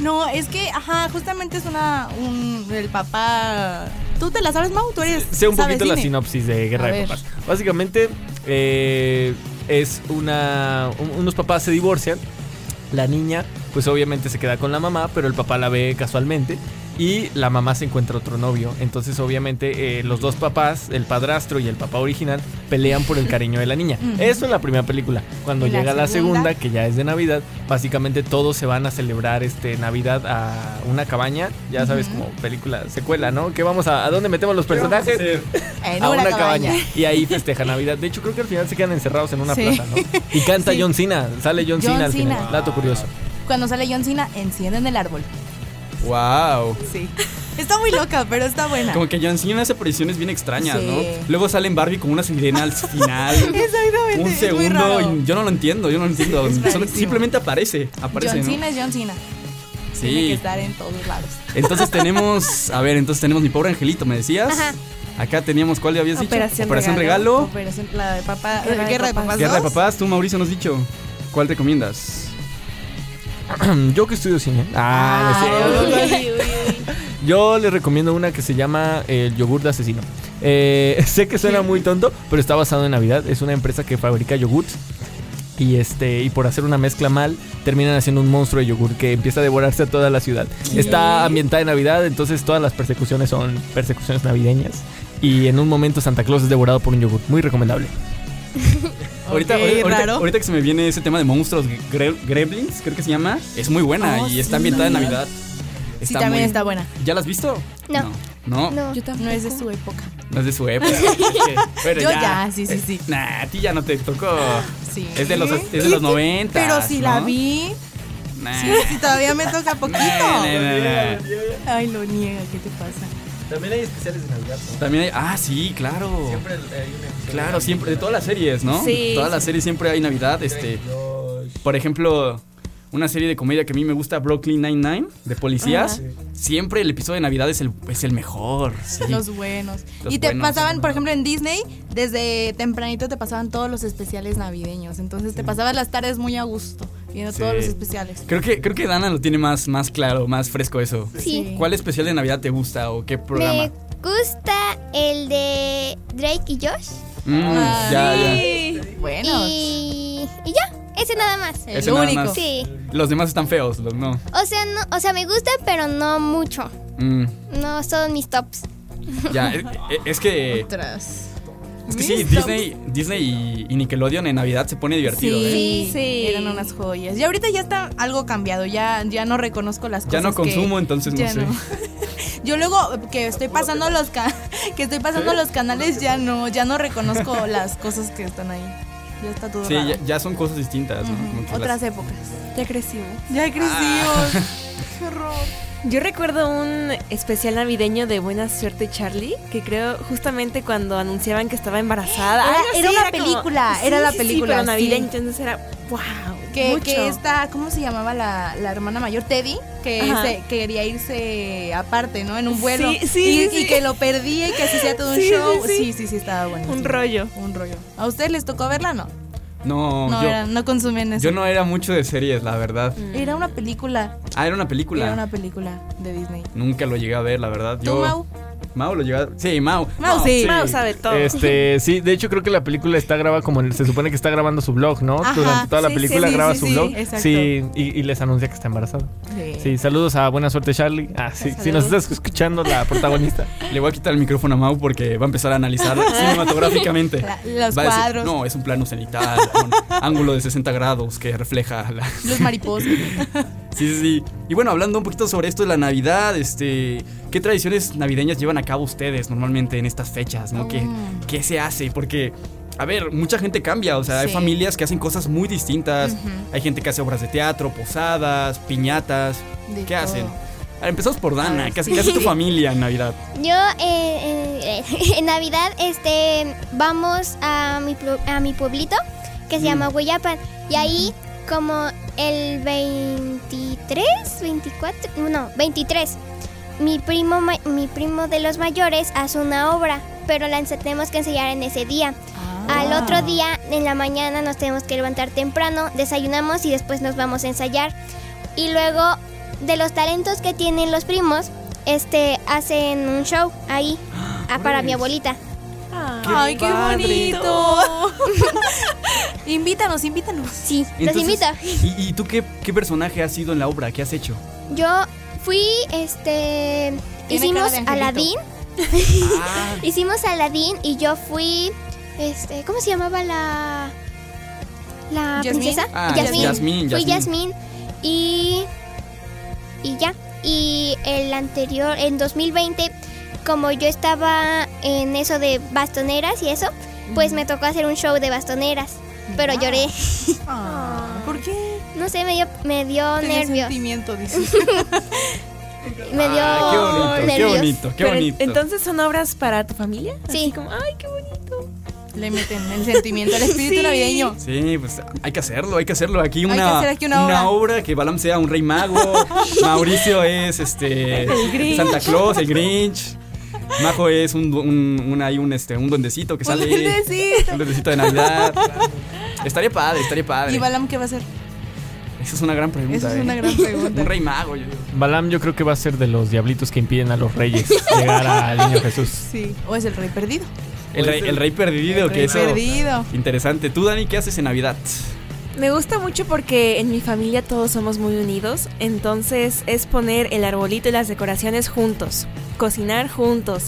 Speaker 9: No, es que, ajá, justamente es una, un, el papá. ¿Tú te la sabes, Mau? Tú eres.
Speaker 5: Sé un
Speaker 9: sabes
Speaker 5: poquito la
Speaker 9: cine.
Speaker 5: sinopsis de Guerra
Speaker 9: A
Speaker 5: de
Speaker 9: ver.
Speaker 5: Papás. Básicamente, eh, es una. un- unos papás se divorcian. La niña, pues obviamente se queda con la mamá, pero el papá la ve casualmente. Y la mamá se encuentra otro novio. Entonces, obviamente, eh, los dos papás, el padrastro y el papá original, pelean por el cariño de la niña.
Speaker 9: Ujú.
Speaker 5: Eso es la primera película. Cuando
Speaker 9: ¿Y la
Speaker 5: llega la
Speaker 9: segunda?
Speaker 5: segunda, que ya es de Navidad, básicamente todos se van a celebrar este Navidad a una cabaña. Ya sabes,
Speaker 9: Ujú.
Speaker 5: como película, secuela, ¿no? ¿Qué vamos a, a dónde metemos los personajes?
Speaker 9: En
Speaker 5: a una cabaña. Y ahí festeja Navidad. De hecho, creo que al final se quedan encerrados en una
Speaker 9: Sí.
Speaker 5: plaza, ¿no? Y canta
Speaker 9: Sí.
Speaker 5: John Cena. Sale John,
Speaker 9: John
Speaker 5: Cena al
Speaker 9: Cena.
Speaker 5: final. Dato curioso.
Speaker 9: Cuando sale John Cena, encienden el árbol.
Speaker 6: Wow.
Speaker 9: Sí. Está muy loca, pero está buena.
Speaker 6: Como que John Cena hace apariciones bien extrañas,
Speaker 9: Sí.
Speaker 6: ¿no? Luego sale en Barbie con una sirena al final.
Speaker 9: Exactamente.
Speaker 6: un
Speaker 9: es muy raro.
Speaker 6: segundo, y yo no lo entiendo, yo no lo entiendo.
Speaker 9: Es
Speaker 6: Solo-
Speaker 9: rarísimo.
Speaker 6: simplemente aparece, aparece,
Speaker 9: John
Speaker 6: ¿no?
Speaker 9: Cena es John Cena. Tiene que
Speaker 6: Sí.
Speaker 9: estar en todos lados.
Speaker 6: Entonces tenemos, a ver, entonces tenemos mi pobre angelito, ¿me decías?
Speaker 8: Ajá.
Speaker 6: Acá teníamos, ¿cuál le habías dicho?
Speaker 10: Operación
Speaker 6: regalo.
Speaker 9: Operación la de papá.
Speaker 10: Guerra
Speaker 9: Guerra,
Speaker 10: de
Speaker 9: de
Speaker 10: Papás.
Speaker 9: papás.
Speaker 6: Guerra de
Speaker 9: dos.
Speaker 6: papás, tú Mauricio nos has dicho. ¿Cuál recomiendas?
Speaker 5: Yo que estudio cine. Ah, no es cierto. Yo les recomiendo una que se llama eh, El yogur de asesino. Eh, sé que suena muy tonto, pero está basado en Navidad. Es una empresa que fabrica yogurts. Y, este, y por hacer una mezcla mal, terminan haciendo un monstruo de yogur que empieza a devorarse a toda la ciudad. Está ambientada en Navidad, entonces todas las persecuciones son persecuciones navideñas. Y en un momento Santa Claus es devorado por un yogur. Muy recomendable.
Speaker 6: Ahorita,
Speaker 9: Ok,
Speaker 6: ahorita-
Speaker 9: raro.
Speaker 6: ahorita que se me viene ese tema de monstruos gre- gremlins, creo que se llama, es muy buena
Speaker 9: Oh,
Speaker 6: y
Speaker 9: sí,
Speaker 6: está ambientada en Navidad.
Speaker 9: Sí, también
Speaker 6: muy-
Speaker 9: está buena.
Speaker 6: ¿Ya la has visto?
Speaker 8: No.
Speaker 6: No, no,
Speaker 8: No.
Speaker 10: Yo tampoco.
Speaker 9: No es de su época.
Speaker 6: no es de su época. Es que- bueno,
Speaker 9: Yo ya, sí, sí,
Speaker 6: Eh,
Speaker 9: sí.
Speaker 6: Nah, a ti ya no te tocó.
Speaker 9: Sí.
Speaker 6: Es de los, es de
Speaker 9: Sí,
Speaker 6: los
Speaker 9: sí,
Speaker 6: 90.
Speaker 9: Pero si la
Speaker 6: Eh.
Speaker 9: vi,
Speaker 6: Nah.
Speaker 9: sí, sí, todavía me toca poquito.
Speaker 6: Nah, nah, nah, nah.
Speaker 9: Ay, lo niega, ¿qué te pasa?
Speaker 5: También hay especiales de Navidad.
Speaker 6: También hay. Ah, sí, claro. Claro, siempre. De todas las series, ¿no?
Speaker 10: Sí.
Speaker 6: Todas las series siempre hay Navidad. Este. Por ejemplo, una serie de comedia que a mí me gusta, Brooklyn Nine-Nine, de policías. Siempre el episodio de Navidad es el, es el mejor. sí.
Speaker 9: Los buenos.
Speaker 6: Los
Speaker 9: y te
Speaker 6: buenos,
Speaker 9: pasaban,
Speaker 6: los
Speaker 9: por
Speaker 6: buenos.
Speaker 9: ejemplo, en Disney, desde tempranito te pasaban todos los especiales navideños. Entonces te pasabas las tardes muy a gusto, viendo
Speaker 6: Sí.
Speaker 9: todos los especiales.
Speaker 6: Creo que, creo que Dana lo tiene más, más claro, más fresco eso.
Speaker 8: Sí.
Speaker 6: ¿Cuál especial de Navidad te gusta o qué programa?
Speaker 8: Me gusta el de Drake y Josh.
Speaker 6: Mm,
Speaker 9: Ah,
Speaker 6: ya, ya.
Speaker 9: sí. Bueno.
Speaker 8: Y, y ya, ese nada más.
Speaker 9: El
Speaker 6: Ese nada
Speaker 9: único.
Speaker 6: más.
Speaker 8: Sí.
Speaker 6: Los demás están feos, los no.
Speaker 8: O sea, no, o sea, me gusta, pero no mucho.
Speaker 6: Mm,
Speaker 8: No son mis tops.
Speaker 6: ya, eh, eh, es que.
Speaker 7: Tras.
Speaker 6: Es que sí, Disney, Disney y- y Nickelodeon en Navidad se pone divertido. ¿eh?
Speaker 9: Sí,
Speaker 10: Sí. Sí.
Speaker 9: eran unas joyas. Y ahorita ya está algo cambiado, ya, ya no reconozco las
Speaker 6: Ya
Speaker 9: cosas.
Speaker 6: no
Speaker 9: que-
Speaker 6: consumo, entonces no
Speaker 9: ya
Speaker 6: sé.
Speaker 9: no. Yo luego que estoy pasando los ca- que estoy
Speaker 6: ¿Eh?
Speaker 9: pasando los canales ya no, ya no reconozco las cosas que están ahí. Ya está todo
Speaker 6: Sí,
Speaker 9: raro.
Speaker 6: ya, ya son cosas distintas, ¿no?
Speaker 9: Ujú,
Speaker 6: Como que
Speaker 9: Otras
Speaker 6: las-
Speaker 9: épocas.
Speaker 10: Ya crecimos.
Speaker 9: Ya
Speaker 5: Ah.
Speaker 9: crecimos. Qué horror.
Speaker 10: Yo recuerdo un especial navideño de Buena Suerte Charlie, que creo justamente cuando anunciaban que estaba embarazada.
Speaker 9: Era-
Speaker 10: Algo así,
Speaker 9: era una
Speaker 10: como-
Speaker 9: película, era la película,
Speaker 10: pero navideño,
Speaker 9: sí.
Speaker 10: entonces era wow.
Speaker 9: Que,
Speaker 10: mucho.
Speaker 9: que esta, ¿cómo se llamaba la, la hermana mayor? Teddy, que
Speaker 10: Ajá.
Speaker 9: se- quería irse aparte, ¿no? En un vuelo.
Speaker 10: Sí, sí,
Speaker 9: y,
Speaker 10: sí,
Speaker 9: y
Speaker 10: sí.
Speaker 9: que lo perdí y que se hacía todo un
Speaker 10: Sí, sí,
Speaker 9: show. Sí,
Speaker 10: sí.
Speaker 9: sí, sí, estaba bueno.
Speaker 10: un rollo.
Speaker 9: Un rollo. ¿A ustedes les tocó verla? No.
Speaker 6: No,
Speaker 9: No,
Speaker 6: yo,
Speaker 9: era- no consumen eso.
Speaker 6: yo no era mucho de series, la verdad.
Speaker 9: Era una película.
Speaker 6: Ah, era una película.
Speaker 9: Mm. Era una película de Disney.
Speaker 6: Nunca lo llegué a ver, la verdad.
Speaker 9: ¿Tú,
Speaker 6: Yo,
Speaker 9: Mau?
Speaker 6: Mau lo llegué a Sí, Mau.
Speaker 9: Mau, sí.
Speaker 10: Mau sabe todo.
Speaker 5: Este, sí, de hecho creo que la película está grabada como en- se supone que está grabando su blog, ¿no?
Speaker 9: Ajá,
Speaker 5: Durante toda la
Speaker 9: sí,
Speaker 5: película
Speaker 9: sí,
Speaker 5: graba
Speaker 9: sí,
Speaker 5: su
Speaker 9: sí,
Speaker 5: blog.
Speaker 9: exacto.
Speaker 5: Sí, y, y les anuncia que está embarazada. Sí, saludos a buena suerte Charlie. Ah, sí, si nos estás escuchando la protagonista.
Speaker 6: Le voy a quitar el micrófono a Mau porque va a empezar a analizar cinematográficamente.
Speaker 9: La- los
Speaker 6: Va a decir,
Speaker 9: cuadros.
Speaker 6: no, es un plano cenital, con ángulo de 60 grados que refleja la...
Speaker 9: Los mariposas.
Speaker 6: Sí, sí, sí. Y bueno, hablando un poquito sobre esto de la Navidad, este, ¿qué tradiciones navideñas llevan a cabo ustedes normalmente en estas fechas, no? ¿Qué,
Speaker 9: Mm.
Speaker 6: qué se hace? Porque a ver, mucha gente cambia, o sea, hay
Speaker 9: Sí.
Speaker 6: familias que hacen cosas muy distintas. Hay gente que hace obras de teatro, posadas, piñatas.
Speaker 9: De
Speaker 6: ¿Qué
Speaker 9: todo.
Speaker 6: hacen? A ver, empezamos por Dana,
Speaker 9: ver,
Speaker 6: ¿qué, hace-
Speaker 9: sí.
Speaker 6: qué hace tu familia en Navidad?
Speaker 8: Yo eh, eh, en Navidad este vamos a mi plu- a mi pueblito que se llama Hueyapan y ahí como el 23, 24, no, 23. Mi primo ma- mi primo de los mayores hace una obra, pero las tenemos que enseñar en ese día.
Speaker 7: Ah.
Speaker 8: Al otro día, en la mañana, nos tenemos que levantar temprano, desayunamos y después nos vamos a ensayar. Y luego, de los talentos que tienen los primos, este, hacen un show ahí ah, para mi abuelita.
Speaker 7: Ah. Ay, qué bonito.
Speaker 9: invítanos, invítanos.
Speaker 8: Sí, los
Speaker 6: Entonces,
Speaker 8: invito.
Speaker 6: ¿Y, y tú qué, qué personaje has sido en la obra? ¿Qué has hecho?
Speaker 8: Yo fui, este, hicimos
Speaker 9: cara de
Speaker 8: Aladín.
Speaker 6: Ah.
Speaker 8: hicimos Aladín y yo fui, este, ¿cómo se llamaba la la
Speaker 9: ¿Yasmín?
Speaker 8: princesa?
Speaker 6: Ah,
Speaker 8: Yasmín.
Speaker 6: Yasmín,
Speaker 8: Fui
Speaker 6: Yasmín.
Speaker 8: Yasmín y y ya. Y el anterior, en 2020, como yo estaba en eso de bastoneras y eso, pues me tocó hacer un show de bastoneras. Pero lloré,
Speaker 9: Ah,
Speaker 7: ¿Por qué?
Speaker 8: no sé, me dio, me dio
Speaker 7: Tenía
Speaker 8: nervios.
Speaker 7: sentimiento, dices.
Speaker 8: Me dio
Speaker 6: Ay, Ah, qué
Speaker 8: nervios.
Speaker 6: bonito, qué
Speaker 10: Pero,
Speaker 6: bonito.
Speaker 10: Entonces son obras para tu familia.
Speaker 8: Sí.
Speaker 10: Así como, ay, qué bonito.
Speaker 9: Le meten el sentimiento, el espíritu
Speaker 10: Sí.
Speaker 9: navideño.
Speaker 6: Sí, pues hay que hacerlo, hay que hacerlo. Aquí una,
Speaker 9: que hacer aquí una
Speaker 6: obra. que Balam sea un rey mago, Mauricio es este
Speaker 10: Grinch.
Speaker 6: Santa Claus, el Grinch, Majo es un, du- un, un- ahí un, este, un duendecito que sale.
Speaker 9: duendecito.
Speaker 6: Un duendecito de Navidad. estaría padre, estaría padre.
Speaker 9: ¿Y Balam qué va a hacer?
Speaker 6: Esa es una gran pregunta.
Speaker 9: Esa es una
Speaker 6: ¿eh?
Speaker 9: gran pregunta.
Speaker 6: Un rey mago, yo digo.
Speaker 5: Balam yo creo que va a ser de los diablitos que impiden a los reyes llegar al niño Jesús.
Speaker 9: Sí. ¿O es el rey perdido?
Speaker 6: El rey, el rey perdido, que
Speaker 9: Pues Rey
Speaker 6: eso.
Speaker 9: perdido.
Speaker 6: Interesante. Tú, Dani, ¿qué haces en Navidad?
Speaker 10: Me gusta mucho porque en mi familia todos somos muy unidos, entonces es poner el arbolito y las decoraciones juntos, cocinar juntos,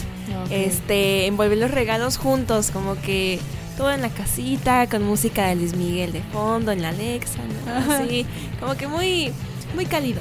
Speaker 10: este, envolver los regalos juntos, como que todo en la casita, con música de Luis Miguel de fondo, en la Alexa, ¿no? así, como que muy, muy cálido.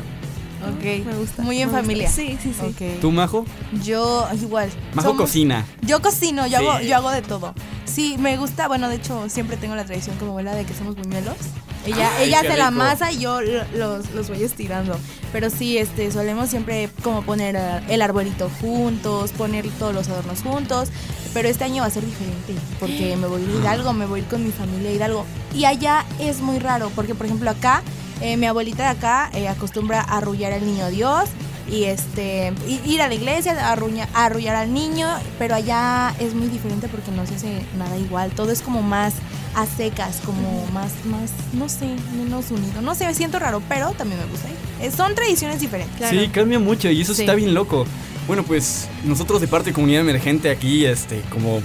Speaker 9: Ok.
Speaker 10: Me gusta.
Speaker 9: Muy en
Speaker 10: me gusta.
Speaker 9: familia.
Speaker 10: Sí, sí, sí.
Speaker 9: Ok.
Speaker 6: ¿Tú, Majo?
Speaker 9: Yo igual.
Speaker 6: Majo
Speaker 9: Somos-
Speaker 6: cocina.
Speaker 9: Yo cocino, yo,
Speaker 6: Sí.
Speaker 9: hago, yo hago de todo. Sí, me gusta, bueno, de hecho siempre tengo la tradición como abuela de que hacemos buñuelos. Ella,
Speaker 6: Ay,
Speaker 9: ella
Speaker 6: qué
Speaker 9: hace la
Speaker 6: rico.
Speaker 9: masa y yo lo- los, los voy estirando. Pero sí, este, solemos siempre como poner eh, el arbolito juntos, poner todos los adornos juntos. Pero este año va a ser diferente porque me voy a ir a Hidalgo, me voy a ir con mi familia a Hidalgo. Y allá es muy raro porque, por ejemplo, acá, eh, mi abuelita de acá eh, acostumbra a arrullar al niño Dios y este i- ir a la iglesia a arruña- a arrullar al niño pero allá es muy diferente porque no se hace nada igual todo es como más a secas como más más no sé menos unido no sé me siento raro pero también me gusta ir. Eh, son tradiciones diferentes
Speaker 6: Sí, cambia mucho y eso
Speaker 9: Sí.
Speaker 6: está bien loco. Bueno, pues nosotros de parte de Comunidad Emergente aquí, este, como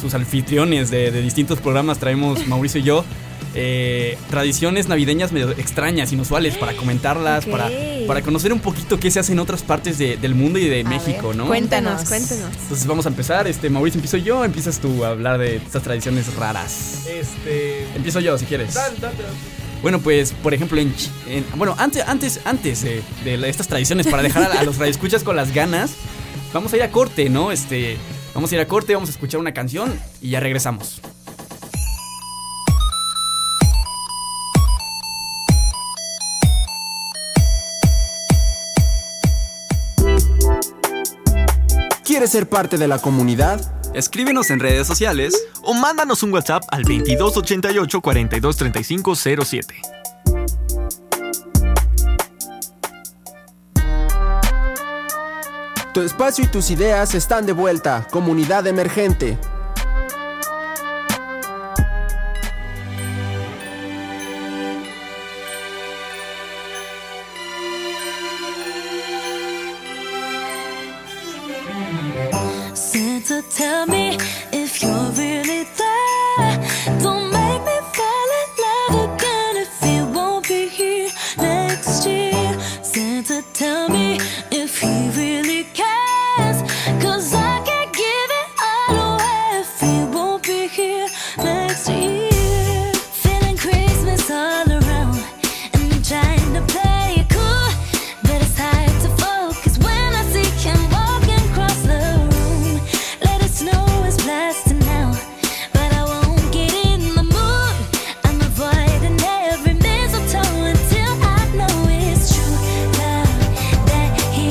Speaker 6: sus anfitriones de, de distintos programas, traemos Mauricio y yo eh, tradiciones navideñas medio extrañas, inusuales, para comentarlas,
Speaker 10: Ok.
Speaker 6: para, para conocer un poquito qué se hace en otras partes de- del mundo y de
Speaker 9: A
Speaker 6: México,
Speaker 9: ver,
Speaker 6: ¿no?
Speaker 10: Cuéntanos,
Speaker 9: Cuéntanos.
Speaker 10: cuéntanos.
Speaker 6: Entonces vamos a empezar, este, Mauricio, empiezo yo, empiezas tú a hablar de estas tradiciones raras.
Speaker 5: Este.
Speaker 6: Empiezo yo, si quieres. Bueno, pues, por ejemplo, en, Chi- en- bueno, antes, antes, antes eh, de, la- estas tradiciones, para dejar a, a los radioescuchas con las ganas, vamos a ir a corte, ¿no? Este, vamos a ir a corte, vamos a escuchar una canción y ya regresamos.
Speaker 3: ¿Quieres ser parte de la comunidad?
Speaker 2: Escríbenos en redes sociales.
Speaker 5: O mándanos un WhatsApp al 2288 42 35 07.
Speaker 3: Tu espacio y tus ideas están de vuelta. Comunidad emergente.
Speaker 11: Santa, tell me if you're really there. Don't make me fall in love again if you won't be here next year. Santa, tell me if he really cares. Cause I can't give it all away if he won't be here next year. Feeling Christmas all around. And I'm trying to play it cool, but it's hard to focus when I see him walking across the room. Let it snow is blasting now, but I won't get in the mood. I'm avoiding every mistletoe until I know it's true love that he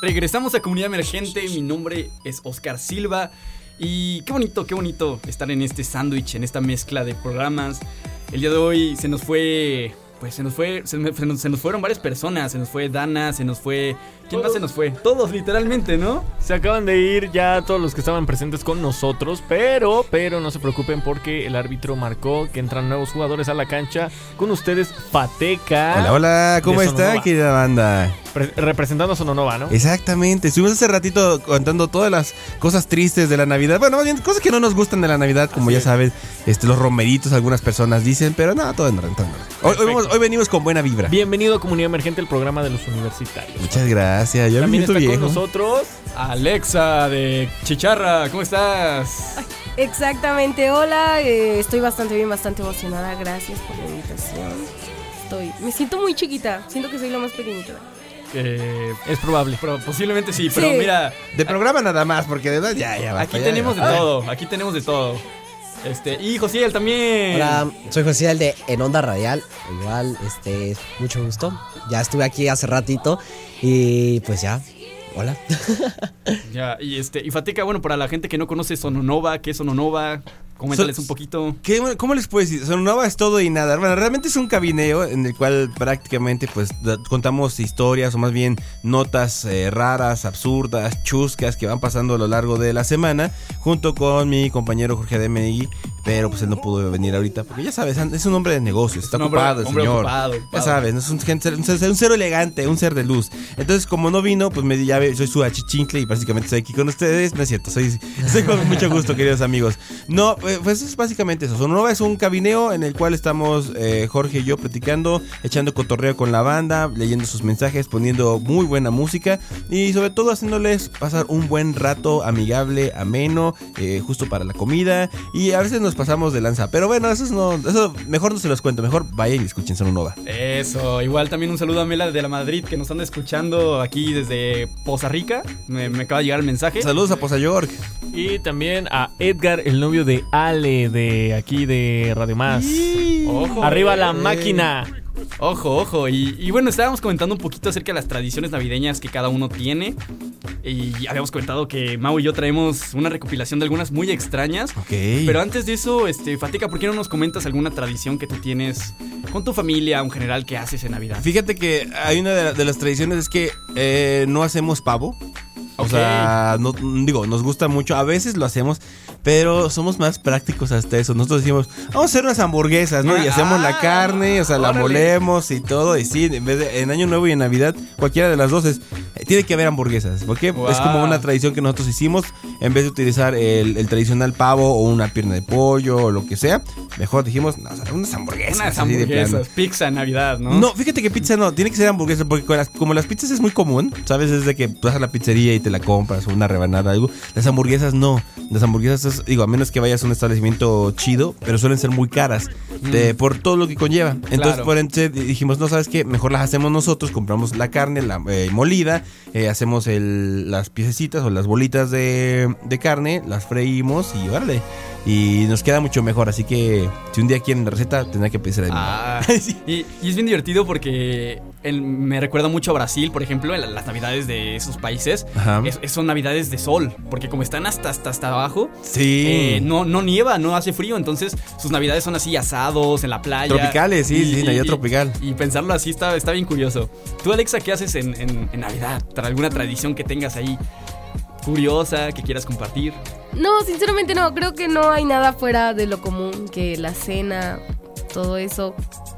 Speaker 6: Regresamos a Comunidad Emergente. Mi nombre es Oscar Silva. Y qué bonito, qué bonito estar en este sándwich, en esta mezcla de programas. El día de hoy se nos fue. Pues se nos fue. Se, me- se nos, se nos fueron varias personas. Se nos fue Dana, se nos fue. ¿Quién más se nos fue? Todos, literalmente, ¿no?
Speaker 5: Se acaban de ir ya todos los que estaban presentes con nosotros, pero, pero no se preocupen porque el árbitro marcó que entran nuevos jugadores a la cancha. Con ustedes, Pateca.
Speaker 12: Hola, hola, ¿cómo
Speaker 5: de
Speaker 12: está,
Speaker 5: Sonora.
Speaker 12: querida banda?
Speaker 5: Pre- representando a Sononova, ¿no?
Speaker 12: Exactamente, estuvimos hace ratito contando todas las cosas tristes de la Navidad. Bueno, más bien cosas que no nos gustan de la Navidad, como ya sabes, este, los romeritos, algunas personas dicen, pero nada, todo en orden, todo en orden. Hoy, hoy vamos- hoy venimos con buena vibra.
Speaker 5: Bienvenido a Comunidad Emergente, el programa de los universitarios.
Speaker 12: Muchas gracias, ya me
Speaker 5: También
Speaker 12: siento
Speaker 5: está
Speaker 12: viejo.
Speaker 5: con nosotros.
Speaker 6: Alexa de Chicharra, ¿cómo estás?
Speaker 13: Exactamente, hola, eh, estoy bastante bien, bastante emocionada, gracias por la invitación. Estoy, me siento muy chiquita, siento que soy la más pequeñita.
Speaker 5: es probable.
Speaker 6: posiblemente sí, pero
Speaker 13: Sí.
Speaker 6: mira.
Speaker 12: De programa nada más, porque de verdad ya, ya basta,
Speaker 6: Aquí
Speaker 12: ya,
Speaker 6: tenemos de
Speaker 12: ya.
Speaker 6: todo, aquí tenemos de todo. Este, y Josiel también.
Speaker 14: Hola, soy José el de En Onda Radial. Igual, este, mucho gusto. Ya estuve aquí hace ratito y pues ya. Hola.
Speaker 6: Ya, y este, y Fateca, bueno, para la gente que no conoce Sononova, ¿qué es Sononova? Coméntales
Speaker 12: So-
Speaker 6: un poquito.
Speaker 12: ¿Qué- ¿Cómo les puedo decir? Sonaba es todo y nada. Bueno, realmente es un cabineo en el cual prácticamente pues da- contamos historias o más bien notas eh, raras, absurdas, chuscas que van pasando a lo largo de la semana junto con mi compañero Jorge de Menegui, pero pues él no pudo venir ahorita porque ya sabes, an- es un hombre de negocios, está
Speaker 6: un hombre-
Speaker 12: ocupado el
Speaker 6: hombre
Speaker 12: señor.
Speaker 6: ocupado, ocupado.
Speaker 12: Ya sabes, es un, gente- un ser, un ser elegante, un ser de luz. Entonces, como no vino, pues me di- ya ve- soy su achichincle y básicamente estoy aquí con ustedes. No es cierto, soy, soy con mucho gusto, queridos amigos. No, eh, pues es básicamente eso. Sonora es un cabineo en el cual estamos eh, Jorge y yo platicando, echando cotorreo con la banda, leyendo sus mensajes, poniendo muy buena música y sobre todo haciéndoles pasar un buen rato amigable, ameno, eh, justo para la comida. Y a veces nos pasamos de lanza. Pero bueno, eso, es no, eso mejor no se los cuento. Mejor vayan y escuchen Sonora.
Speaker 6: Eso, igual también un saludo a Mela de la Madrid que nos anda escuchando aquí desde Poza Rica. Me, me acaba de llegar el mensaje.
Speaker 12: Saludos a Poza York.
Speaker 5: Y también a Edgar, el novio de Ale, de aquí de Radio Más.
Speaker 6: Ojo.
Speaker 5: Arriba la
Speaker 6: Eh.
Speaker 5: máquina.
Speaker 6: Ojo, ojo. Y, y bueno, estábamos comentando un poquito acerca de las tradiciones navideñas que cada uno tiene. Y habíamos comentado que Mau y yo traemos una recopilación de algunas muy extrañas. Pero antes de eso, este, Fatica, ¿por qué no nos comentas alguna tradición que tú tienes con tu familia o en general que haces en Navidad?
Speaker 12: Fíjate que hay una de, la- de las tradiciones es que eh, no hacemos pavo. O
Speaker 6: Ok.
Speaker 12: sea, no, digo, nos gusta mucho. A veces lo hacemos, pero somos más prácticos hasta eso. Nosotros decimos, vamos a hacer unas hamburguesas,
Speaker 6: Ah,
Speaker 12: ¿no? Y hacemos la carne, o sea, la molemos y todo. Y sí, en, vez de- en Año Nuevo y en Navidad, cualquiera de las dos es, eh, tiene que haber hamburguesas. Porque es como una tradición que nosotros hicimos. En vez de utilizar el, el tradicional pavo o una pierna de pollo o lo que sea, mejor dijimos, no, o sea, unas hamburguesas.
Speaker 6: Unas
Speaker 12: así de plano.
Speaker 6: hamburguesas, pizza en Navidad, ¿no?
Speaker 12: ¿no? fíjate que pizza no, tiene que ser hamburguesa, porque con las- como las pizzas es muy común, ¿sabes? Es de que vas a la pizzería y te la compras, o una rebanada, algo. Las hamburguesas no. Las hamburguesas, es- digo, a menos que vayas a un establecimiento chido, pero suelen ser muy caras, de- por todo lo que conlleva. Entonces,
Speaker 6: Claro.
Speaker 12: por ende, dijimos, no, ¿sabes qué? Mejor las hacemos nosotros, compramos la carne, la eh, molida, eh, hacemos el- las piececitas o las bolitas de, de carne, las freímos y órale. Y nos queda mucho mejor, así que si un día quieren la receta, tendrán que pedir a mi mamá.
Speaker 6: Ah, y, y es bien divertido porque el- me recuerda mucho a Brasil, por ejemplo, la- las navidades de esos países
Speaker 12: Ajá.
Speaker 6: es- es- son navidades de sol, porque como están hasta hasta, hasta abajo,
Speaker 12: Sí.
Speaker 6: eh, no, no nieva, no hace frío, entonces sus navidades son así asados en la playa.
Speaker 12: Tropicales, sí, sí, Navidad tropical.
Speaker 6: Y pensarlo así está, está bien curioso. Tú, Alexa, ¿qué haces en, en- en Navidad? ¿Tra- ¿Alguna tradición que tengas ahí curiosa que quieras compartir?
Speaker 13: No, sinceramente no, creo que no hay nada fuera de lo común, que la cena, todo eso,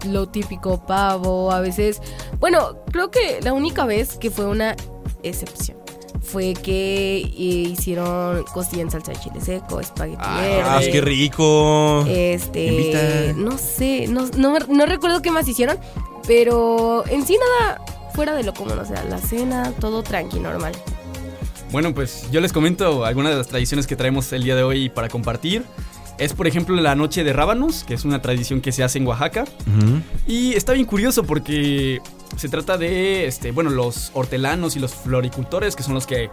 Speaker 13: lo típico pavo, a veces... Bueno, creo que la única vez que fue una excepción fue que eh, hicieron costilla en salsa de chile seco, espagueti
Speaker 12: Ah,
Speaker 6: eh,
Speaker 13: verde.
Speaker 12: qué rico.
Speaker 13: Este,
Speaker 12: Invita.
Speaker 13: no sé, no, no, me- no recuerdo qué más hicieron, pero en sí nada fuera de lo común, o sea, la cena, todo tranqui, normal.
Speaker 6: Bueno, pues yo les comento algunas de las tradiciones que traemos el día de hoy para compartir. Es por ejemplo la noche de rábanos, que es una tradición que se hace en Oaxaca. Y está bien curioso porque se trata de, este, bueno, los hortelanos y los floricultores, que son los que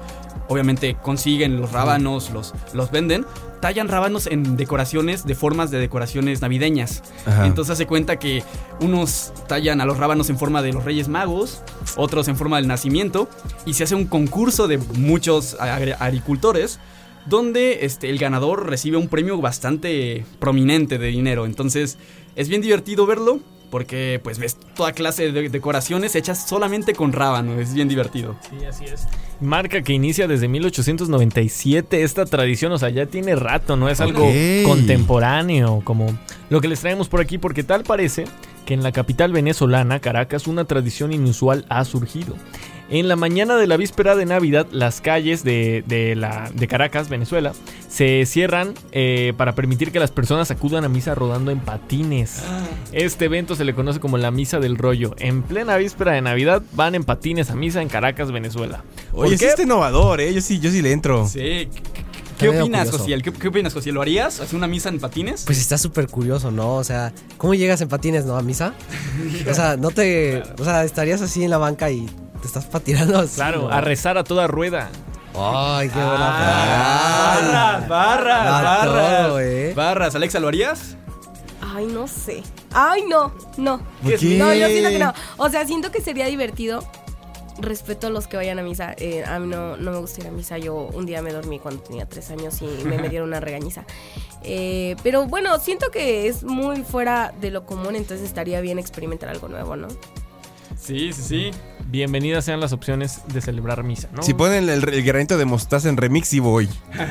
Speaker 6: obviamente consiguen los rábanos, los, los venden, tallan rábanos en decoraciones, de formas de decoraciones navideñas.
Speaker 12: Ajá.
Speaker 6: Entonces se cuenta que unos tallan a los rábanos en forma de los Reyes Magos, otros en forma del Nacimiento, y se hace un concurso de muchos agri- agricultores. Donde este, el ganador recibe un premio bastante prominente de dinero. Entonces, es bien divertido verlo porque pues ves toda clase de decoraciones hechas solamente con rábano, es bien divertido.
Speaker 5: Sí, así es. Marca que inicia desde 1897 esta tradición, o sea, ya tiene rato, no es algo
Speaker 12: Ok.
Speaker 5: contemporáneo como lo que les traemos por aquí, porque tal parece que en la capital venezolana, Caracas, una tradición inusual ha surgido. En la mañana de la víspera de Navidad, las calles de, de la, de Caracas, Venezuela, se cierran eh, para permitir que las personas acudan a misa rodando en patines. Este evento se le conoce como la Misa del Rollo. En plena víspera de Navidad van en patines a misa en Caracas, Venezuela. ¿Por
Speaker 12: Oye, sí
Speaker 5: qué?
Speaker 12: está innovador, ¿eh? Yo sí, yo sí le entro.
Speaker 6: Sí. ¿Qué,
Speaker 14: Está medio
Speaker 6: opinas,
Speaker 14: curioso.
Speaker 6: Josiel? ¿Qué, qué opinas, Josiel? ¿Lo harías? ¿Hacer una misa en patines?
Speaker 14: Pues está súper curioso, ¿no? O sea, ¿cómo llegas en patines, no? ¿A misa? O sea, no te. O sea, estarías así en la banca y te estás patinando así,
Speaker 5: Claro,
Speaker 14: ¿no?
Speaker 5: a rezar a toda rueda. Ah.
Speaker 14: Ay, qué buena
Speaker 6: Barras, barras,
Speaker 14: Va Ah, todo, ¿eh?
Speaker 6: barras. Barras, Alexa, ¿lo harías?
Speaker 13: Ay, no sé. Ay, no, no.
Speaker 6: ¿Por qué?
Speaker 13: No, yo siento que no. O sea, siento que sería divertido. Respeto a los que vayan a misa. Eh, a mí no, no me gusta ir a misa. Yo un día me dormí cuando tenía tres años y me, me dieron una regañiza. Eh, pero bueno, siento que es muy fuera de lo común, entonces estaría bien experimentar algo nuevo, ¿no?
Speaker 6: Sí, sí, sí.
Speaker 5: Bienvenidas sean las opciones de celebrar misa, ¿no?
Speaker 12: Si ponen el, el granito de mostaza en remix, sí voy.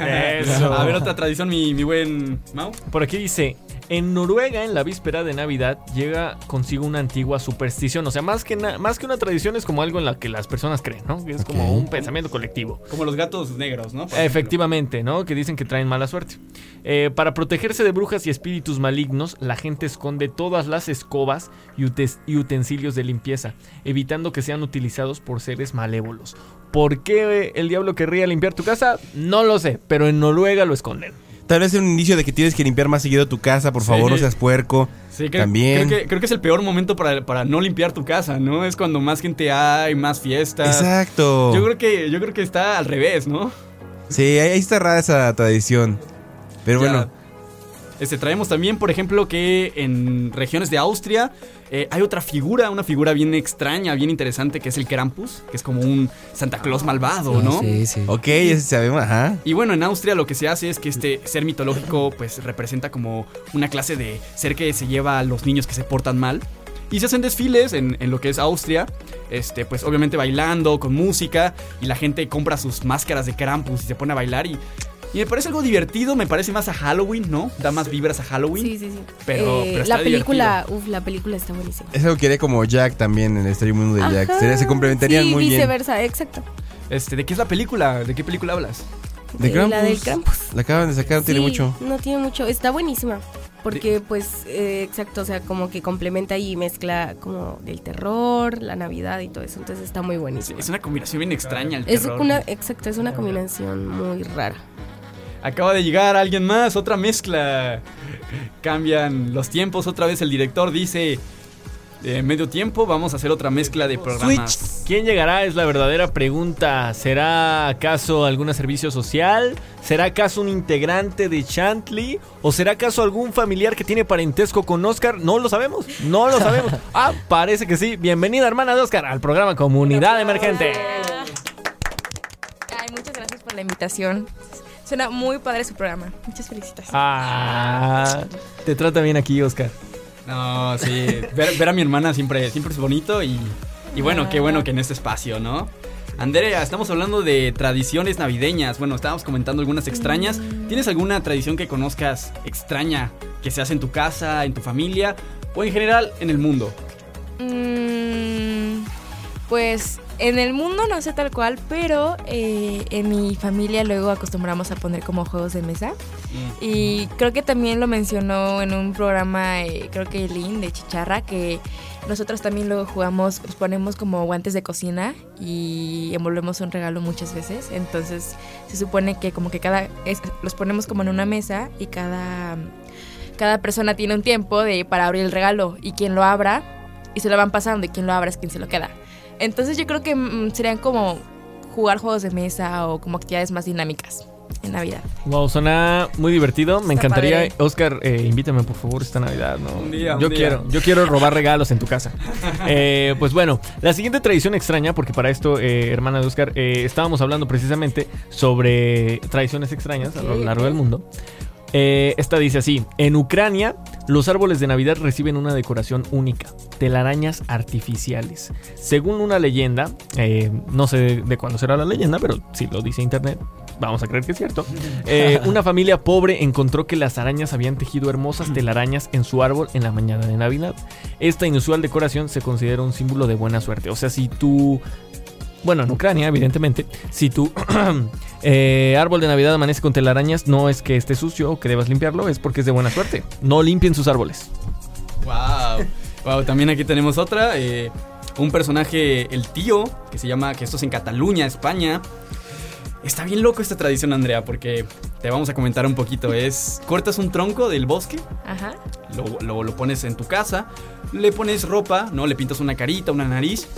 Speaker 5: Eso.
Speaker 6: A ver, otra tradición, mi, mi buen Mau.
Speaker 5: Por aquí dice, en Noruega en la víspera de Navidad llega consigo una antigua superstición, o sea, más que, na- más que una tradición es como algo en la que las personas creen, ¿no? Es como
Speaker 6: Ok.
Speaker 5: un pensamiento colectivo.
Speaker 6: Como los gatos negros, ¿no? Por ejemplo.
Speaker 5: Efectivamente, ¿no? Que dicen que traen mala suerte. Eh, para protegerse de brujas y espíritus malignos, la gente esconde todas las escobas y, utes- y utensilios de limpieza, evitando que sean utilizados por seres malévolos. ¿Por qué eh, el diablo querría limpiar tu casa? No lo sé, pero en Noruega lo esconden.
Speaker 12: Tal vez es un indicio de que tienes que limpiar más seguido tu casa, por
Speaker 6: Sí.
Speaker 12: favor, no seas puerco.
Speaker 6: Sí, creo,
Speaker 12: También.
Speaker 6: Creo que, creo que es el peor momento para, para no limpiar tu casa, ¿no? Es cuando más gente hay, más fiestas.
Speaker 12: Exacto.
Speaker 6: Yo creo que, yo creo que está al revés, ¿no?
Speaker 12: Sí, ahí ahí está rara esa tradición. Pero
Speaker 6: Ya.
Speaker 12: bueno,
Speaker 6: Este, traemos también, por ejemplo, que en regiones de Austria eh, hay otra figura, una figura bien extraña, bien interesante, que es el Krampus, que es como un Santa Claus malvado,
Speaker 12: Ah,
Speaker 6: ¿no?
Speaker 12: ok, ese sabemos, ajá.
Speaker 6: Y bueno, en Austria lo que se hace es que este ser mitológico pues representa como una clase de ser que se lleva a los niños que se portan mal. Y se hacen desfiles en, en lo que es Austria, este, pues obviamente bailando, con música, y la gente compra sus máscaras de Krampus y se pone a bailar y... y me parece algo divertido, me parece más a Halloween, ¿no? Da más vibras a Halloween.
Speaker 13: Sí, sí, sí.
Speaker 6: Pero,
Speaker 13: Eh,
Speaker 6: pero está
Speaker 13: la película, uf, la película está buenísima.
Speaker 12: Es algo que haría como Jack también en el extraño mundo de Jack.
Speaker 13: Ajá.
Speaker 12: Sería- se complementarían
Speaker 13: sí,
Speaker 12: muy bien.
Speaker 13: viceversa, exacto.
Speaker 6: divertido. Este, ¿De qué es la película? ¿De qué película hablas?
Speaker 12: De
Speaker 13: Eh, La
Speaker 12: Krampus.
Speaker 13: del Krampus.
Speaker 12: La acaban de sacar, no tiene
Speaker 13: Sí,
Speaker 12: mucho.
Speaker 13: No tiene mucho, está buenísima. Porque, pues, eh, exacto, o sea, como que complementa y mezcla como el terror, la Navidad y todo eso. Entonces está muy buenísima.
Speaker 6: Es una combinación bien extraña. El
Speaker 13: Es
Speaker 6: terror.
Speaker 13: una, exacto, es una combinación muy rara.
Speaker 6: Acaba de llegar alguien más, otra mezcla. Cambian los tiempos, otra vez el director dice, eh, medio tiempo, vamos a hacer otra mezcla de programas.
Speaker 5: ¿Quién llegará? Es la verdadera pregunta. ¿Será acaso algún servicio social? ¿Será acaso un integrante de Chantley? ¿O será acaso algún familiar que tiene parentesco con Oscar? No lo sabemos, no lo sabemos. Ah, parece que sí. Bienvenida, hermana de Oscar, al programa Comunidad Emergente.
Speaker 15: Ay, muchas gracias por la invitación. Suena muy padre su programa. Muchas felicitaciones.
Speaker 5: Ah, te trata bien aquí, Oscar.
Speaker 6: No, sí, ver, ver a mi hermana siempre, siempre es bonito y, y bueno, qué bueno que en este espacio, ¿no? Andrea, estamos hablando de tradiciones navideñas. Bueno, estábamos comentando algunas extrañas. ¿Tienes alguna tradición que conozcas extraña que se hace en tu casa, en tu familia o en general en el mundo?
Speaker 15: Mm, pues en el mundo no sé tal cual, pero eh, en mi familia luego acostumbramos a poner como juegos de mesa. Y creo que también lo mencionó en un programa, eh, creo que Lynn de Chicharra, que nosotros también luego jugamos, pues ponemos como guantes de cocina y envolvemos un regalo muchas veces. Entonces se supone que como que cada, es- los ponemos como en una mesa y cada cada persona tiene un tiempo de, para abrir el regalo y quien lo abra y se lo van pasando y quien lo abra es quien se lo queda. Entonces yo creo que mm, serían como jugar juegos de mesa o como actividades más dinámicas en Navidad.
Speaker 5: Wow, suena muy divertido. Me
Speaker 15: Está
Speaker 5: encantaría,
Speaker 15: padre.
Speaker 5: Oscar, eh, invítame por favor esta Navidad. ¿no?
Speaker 6: día, un
Speaker 5: yo
Speaker 6: día.
Speaker 5: quiero, yo quiero robar regalos en tu casa. Eh, pues bueno, la siguiente tradición extraña, porque para esto, eh, hermana de Oscar, eh, estábamos hablando precisamente sobre tradiciones extrañas a lo
Speaker 6: Ok.
Speaker 5: largo del mundo. Eh, esta dice así: En Ucrania, los árboles de Navidad reciben una decoración única, telarañas artificiales. Según una leyenda, eh, no sé de cuándo será la leyenda, pero si lo dice internet, vamos a creer que es cierto. Eh, una familia pobre encontró que las arañas habían tejido hermosas telarañas en su árbol en la mañana de Navidad. Esta inusual decoración se considera un símbolo de buena suerte. O sea, si tú bueno, en Ucrania, evidentemente, si tu eh, árbol de Navidad amanece con telarañas, no es que esté sucio o que debas limpiarlo, es porque es de buena suerte. No limpien sus árboles.
Speaker 6: Wow. Wow, también aquí tenemos otra. eh, un personaje, el tío, que se llama, que esto es en Cataluña, España. Está bien loco esta tradición, Andrea, porque te vamos a comentar un poquito. Es, cortas un tronco del bosque,
Speaker 15: Ajá.
Speaker 6: lo, lo- lo pones en tu casa, le pones ropa, ¿no? Le pintas una carita, una nariz,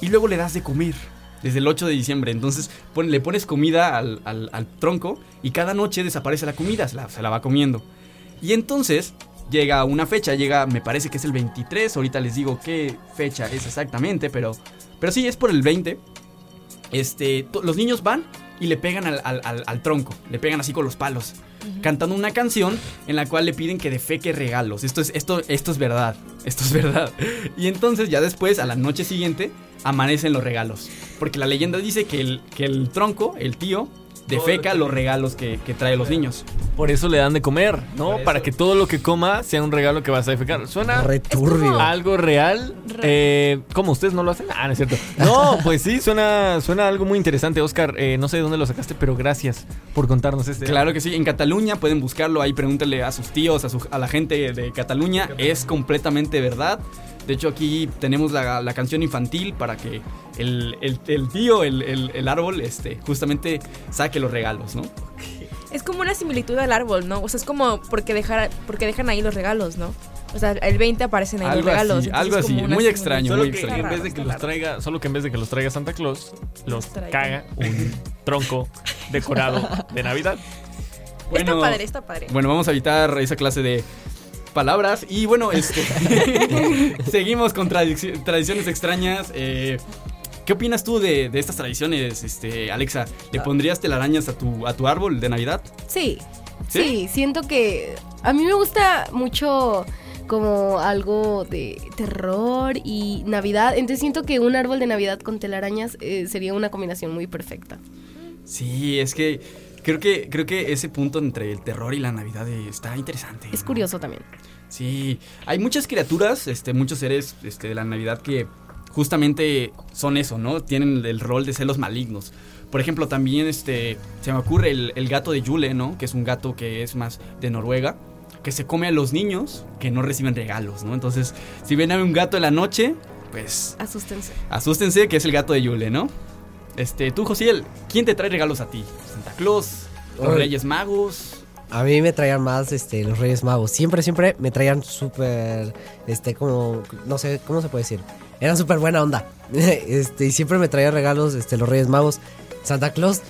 Speaker 6: y luego le das de comer. Desde el 8 de diciembre. Entonces pon- le pones comida al, al- al tronco y cada noche desaparece la comida, se la- se la va comiendo. Y entonces llega una fecha, llega, me parece que es el 23, ahorita les digo qué fecha es exactamente, pero, pero sí, es por el 20. Este, to- los niños van y le pegan al, al- al- al tronco, le pegan así con los palos,
Speaker 16: Ujú.
Speaker 6: cantando una canción en la cual le piden que defeque regalos. Esto es, esto, esto es verdad, esto es verdad. Y entonces ya después, a la noche siguiente, amanecen los regalos. Porque la leyenda dice que el, que el tronco, el tío, defeca los regalos que, que trae los niños.
Speaker 5: Por eso le dan de comer, ¿no? Para que todo lo que coma sea un regalo que vas a defecar. Suena algo real. Eh, ¿Cómo ustedes no lo hacen? Ah, no es cierto. No, pues sí, suena, suena algo muy interesante, Oscar. eh, no sé de dónde lo sacaste, pero gracias por contarnos este.
Speaker 6: Claro que sí, en Cataluña pueden buscarlo, ahí pregúntale a sus tíos, a, su- a la gente de Cataluña, es completamente verdad. De hecho, aquí tenemos la, la canción infantil para que el, el- el tío, el, el- el árbol, este, justamente saque los regalos, ¿no?
Speaker 15: Es como una similitud al árbol, ¿no? O sea, es como porque, dejar, porque dejan ahí los regalos, ¿no? O sea, el 20 aparecen ahí los
Speaker 6: Algo
Speaker 15: regalos.
Speaker 6: así,
Speaker 15: entonces
Speaker 6: algo
Speaker 15: es
Speaker 6: así,
Speaker 15: como una
Speaker 6: muy
Speaker 15: similitud.
Speaker 6: extraño,
Speaker 5: Solo
Speaker 6: muy
Speaker 5: que
Speaker 6: extraño.
Speaker 5: en vez de que los traiga, solo que en vez de que los traiga Santa Claus, los
Speaker 15: traiga.
Speaker 5: caga un tronco decorado de Navidad.
Speaker 6: Bueno,
Speaker 15: padre, está padre.
Speaker 6: Bueno, vamos a evitar esa clase de palabras. Y bueno, este, seguimos con tradici- tradiciones extrañas. eh, ¿Qué opinas tú de, de estas tradiciones, este, Alexa? ¿Le pondrías telarañas a tu, a tu árbol de Navidad?
Speaker 13: Ah. Sí,
Speaker 6: ¿Sí?
Speaker 13: sí, siento que a mí me gusta mucho como algo de terror y Navidad, entonces siento que un árbol de Navidad con telarañas eh, sería una combinación muy perfecta.
Speaker 6: Sí, es que creo que creo que ese punto entre el terror y la Navidad eh, está interesante.
Speaker 13: Es curioso también.
Speaker 6: Sí, hay muchas criaturas, este, muchos seres este, de la Navidad que justamente son eso, ¿no? Tienen el rol de ser los malignos. Por ejemplo, también este, se me ocurre el, el gato de Yule, ¿no? Que es un gato que es más de Noruega, que se come a los niños que no reciben regalos, ¿no? Entonces, si ven a un gato en la noche, pues
Speaker 13: Asústense.
Speaker 6: asústense que es el gato de Yule, ¿no? Este, tú, Josiel, ¿quién te trae regalos a ti? ¿Santa Claus? ¿Los
Speaker 14: Ay.
Speaker 6: Reyes Magos?
Speaker 14: A mí me traían más este, los Reyes Magos. Siempre, siempre me traían súper, este, como, no sé, ¿cómo se puede decir? Eran súper buena onda. Este, y siempre me traían regalos, este, los Reyes Magos. Santa Claus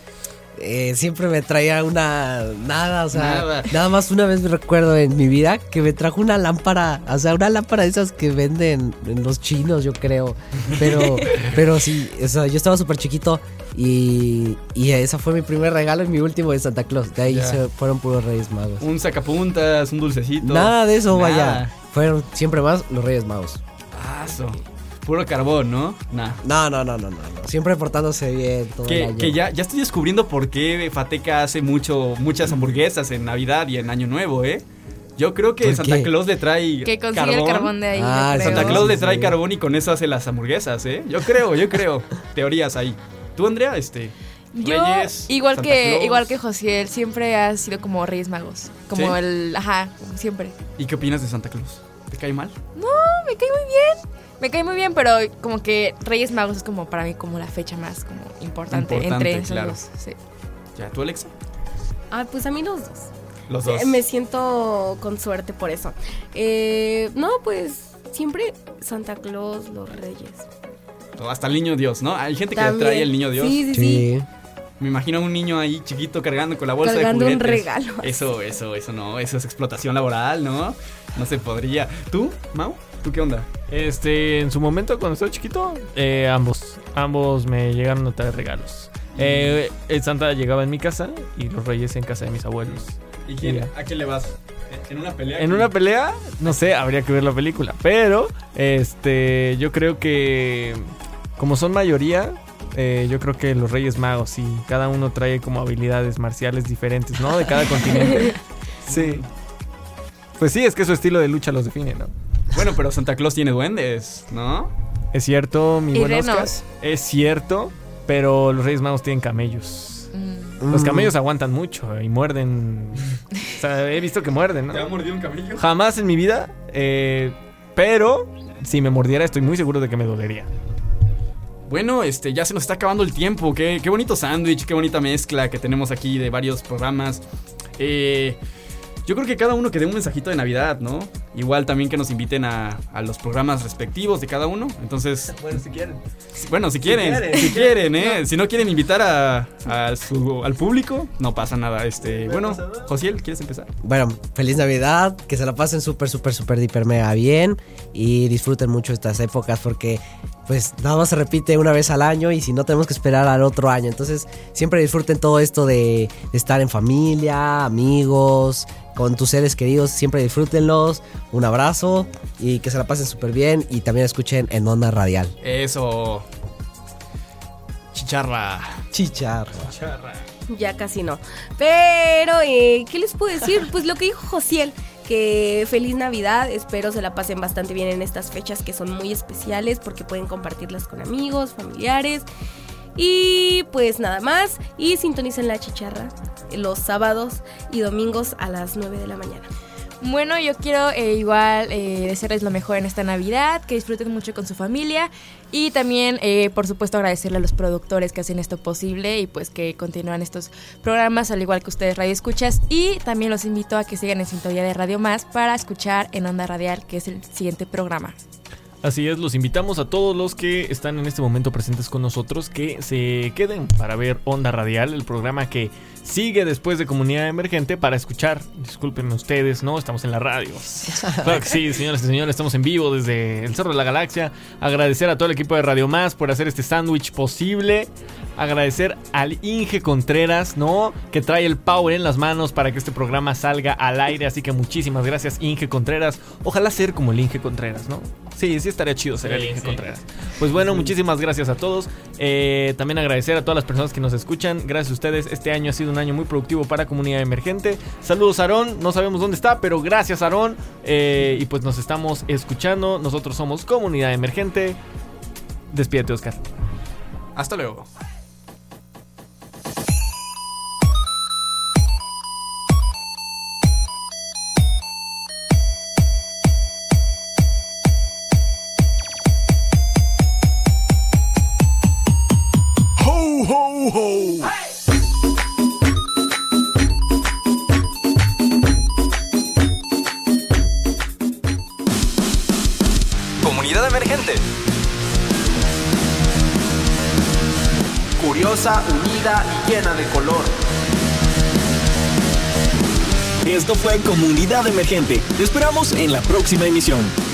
Speaker 14: eh, siempre me traía una, nada, o sea,
Speaker 6: Nada.
Speaker 14: nada. más una vez me recuerdo en mi vida que me trajo una lámpara, o sea, una lámpara de esas que venden en los chinos, yo creo. Pero, pero sí, o sea, yo estaba súper chiquito y, y ese fue mi primer regalo y mi último de Santa Claus. De ahí
Speaker 6: Ya.
Speaker 14: se fueron puros Reyes Magos.
Speaker 6: ¿Un sacapuntas? ¿Un dulcecito?
Speaker 14: Nada de eso,
Speaker 6: Nada.
Speaker 14: vaya. Fueron siempre más los Reyes Magos.
Speaker 6: Paso. Puro carbón, ¿no? Nah.
Speaker 14: No, no, no, no, no. no. Siempre portándose bien todo el
Speaker 6: Que,
Speaker 14: año.
Speaker 6: que ya, ya estoy descubriendo por qué Fateca hace mucho, muchas hamburguesas en Navidad y en Año Nuevo, ¿eh? Yo creo que
Speaker 14: ¿Por
Speaker 6: Santa
Speaker 14: qué?
Speaker 6: Claus le trae
Speaker 15: Que consigue el carbón de ahí, yo Ah, creo.
Speaker 6: Santa
Speaker 15: sí,
Speaker 6: Claus le
Speaker 15: sí,
Speaker 6: trae
Speaker 15: sí.
Speaker 6: carbón y con eso hace las hamburguesas, ¿eh? Yo creo, yo creo. Teorías ahí. ¿Tú, Andrea? Este,
Speaker 15: Yo,
Speaker 6: Reyes,
Speaker 15: igual
Speaker 6: Santa
Speaker 15: que
Speaker 6: Claus.
Speaker 15: igual que Josiel, siempre ha sido como Reyes Magos. Como
Speaker 6: ¿Sí?
Speaker 15: el. Ajá, siempre.
Speaker 6: ¿Y qué opinas de Santa Claus? ¿Te cae mal?
Speaker 15: No, me cae muy bien. Me cae muy bien, pero como que Reyes Magos es como para mí como la fecha más como importante,
Speaker 6: Importante,
Speaker 15: entre esos
Speaker 6: claro.
Speaker 15: dos, sí.
Speaker 6: ¿Ya tú, Alexa?
Speaker 13: Ah, pues a mí los dos.
Speaker 5: Los dos.
Speaker 13: Eh, Me siento con suerte por eso. Eh, no, pues siempre Santa Claus, los Reyes.
Speaker 6: Hasta el niño Dios, ¿no? Hay gente que
Speaker 13: También.
Speaker 6: trae el niño Dios.
Speaker 13: Sí, sí, sí.
Speaker 6: Me imagino a un niño ahí chiquito cargando con la bolsa
Speaker 13: Cargando
Speaker 6: de
Speaker 13: un
Speaker 6: juguetes.
Speaker 13: regalo.
Speaker 6: Eso, eso, eso no. Eso es explotación laboral, ¿no? No se podría. ¿Tú, Mau? ¿Tú qué onda?
Speaker 16: Este, en su momento cuando estaba chiquito, eh, ambos, ambos me llegaron a traer regalos.
Speaker 6: Mm.
Speaker 16: Eh, el Santa llegaba en mi casa y los Reyes en casa de mis abuelos.
Speaker 6: ¿Y quién?
Speaker 16: Y, eh,
Speaker 6: ¿A quién le vas? ¿En- ¿En una pelea?
Speaker 16: En una pelea, no sé, habría que ver la película, pero este, yo creo que como son mayoría, eh, yo creo que los Reyes Magos sí, cada uno trae como habilidades marciales diferentes, ¿no? De cada continente. Sí. Pues sí, es que su estilo de lucha los define, ¿no?
Speaker 6: Bueno, pero Santa Claus tiene duendes, ¿no?
Speaker 16: Es cierto, mi
Speaker 6: Y
Speaker 16: buen Oscar.
Speaker 6: renos.
Speaker 16: Es cierto, pero los Reyes Magos tienen camellos.
Speaker 6: Mm.
Speaker 16: Los
Speaker 6: Mm.
Speaker 16: camellos aguantan mucho y muerden. O sea, he visto que muerden, ¿no?
Speaker 6: ¿Te ha mordido un camello?
Speaker 16: Jamás en mi vida, eh, pero si me mordiera estoy muy seguro de que me dolería.
Speaker 6: Bueno, este, ya se nos está acabando el tiempo. Qué, qué bonito sándwich, qué bonita mezcla que tenemos aquí de varios programas. Eh, yo creo que cada uno que dé un mensajito de Navidad, ¿no? Igual también que nos inviten a, a los programas respectivos de cada uno. Entonces. Bueno, si quieren. Bueno, si quieren, si quieren,
Speaker 5: quieren.
Speaker 6: ¿eh? Si no quieren invitar a, a su- al público, no pasa nada. Este, bueno, Josiel, ¿quieres empezar?
Speaker 14: Bueno, feliz Navidad, que se la pasen súper, súper, súper, hiper, mega bien y disfruten mucho estas épocas porque pues nada más se repite una vez al año y si no tenemos que esperar al otro año. Entonces siempre disfruten todo esto de, de estar en familia, amigos, con tus seres queridos, siempre disfrútenlos, un abrazo y que se la pasen súper bien y también escuchen en Onda Radial.
Speaker 6: Eso. Chicharra.
Speaker 14: Chichar.
Speaker 6: Chicharra.
Speaker 13: Ya casi no. Pero, eh, ¿qué les puedo decir? Pues lo que dijo Josiel, que feliz Navidad, espero se la pasen bastante bien en estas fechas que son muy especiales porque pueden compartirlas con amigos, familiares. Y pues nada más, y sintonicen la chicharra los sábados y domingos a las 9 de la mañana.
Speaker 15: Bueno, yo quiero eh, igual eh, desearles lo mejor en esta Navidad, que disfruten mucho con su familia y también, eh, por supuesto, agradecerle a los productores que hacen esto posible y pues que continúan estos programas, al igual que ustedes Radio Escuchas. Y también los invito a que sigan en sintonía de Radio Más para escuchar en Onda Radial, que es el siguiente programa.
Speaker 5: Así es, los invitamos a todos los que están en este momento presentes con nosotros que se queden para ver Onda Radial, el programa que sigue después de Comunidad Emergente para escuchar. Discúlpenme ustedes, ¿no? Estamos en la radio. Claro que sí, señoras y señores, estamos en vivo desde el Cerro de la Galaxia. Agradecer a todo el equipo de Radio Más por hacer este sándwich posible. Agradecer al Inge Contreras, ¿no? Que trae el power en las manos para que este programa salga al aire. Así que muchísimas gracias, Inge Contreras. Ojalá ser como el Inge Contreras, ¿no? Sí, sí estaría chido ser el Inge Contreras. Pues bueno, muchísimas gracias a todos. Eh, también agradecer a todas las personas que nos escuchan. Gracias a ustedes. Este año ha sido un año muy productivo para Comunidad Emergente. Saludos, Aarón. No sabemos dónde está, pero gracias, Aarón. Eh, y pues nos estamos escuchando. Nosotros somos Comunidad Emergente. Despídete, Oscar.
Speaker 6: Hasta luego.
Speaker 1: Ho, ho, ho.
Speaker 2: Comunidad emergente.
Speaker 1: Curiosa, unida y llena de color. Esto fue Comunidad Emergente. Te esperamos en la próxima emisión.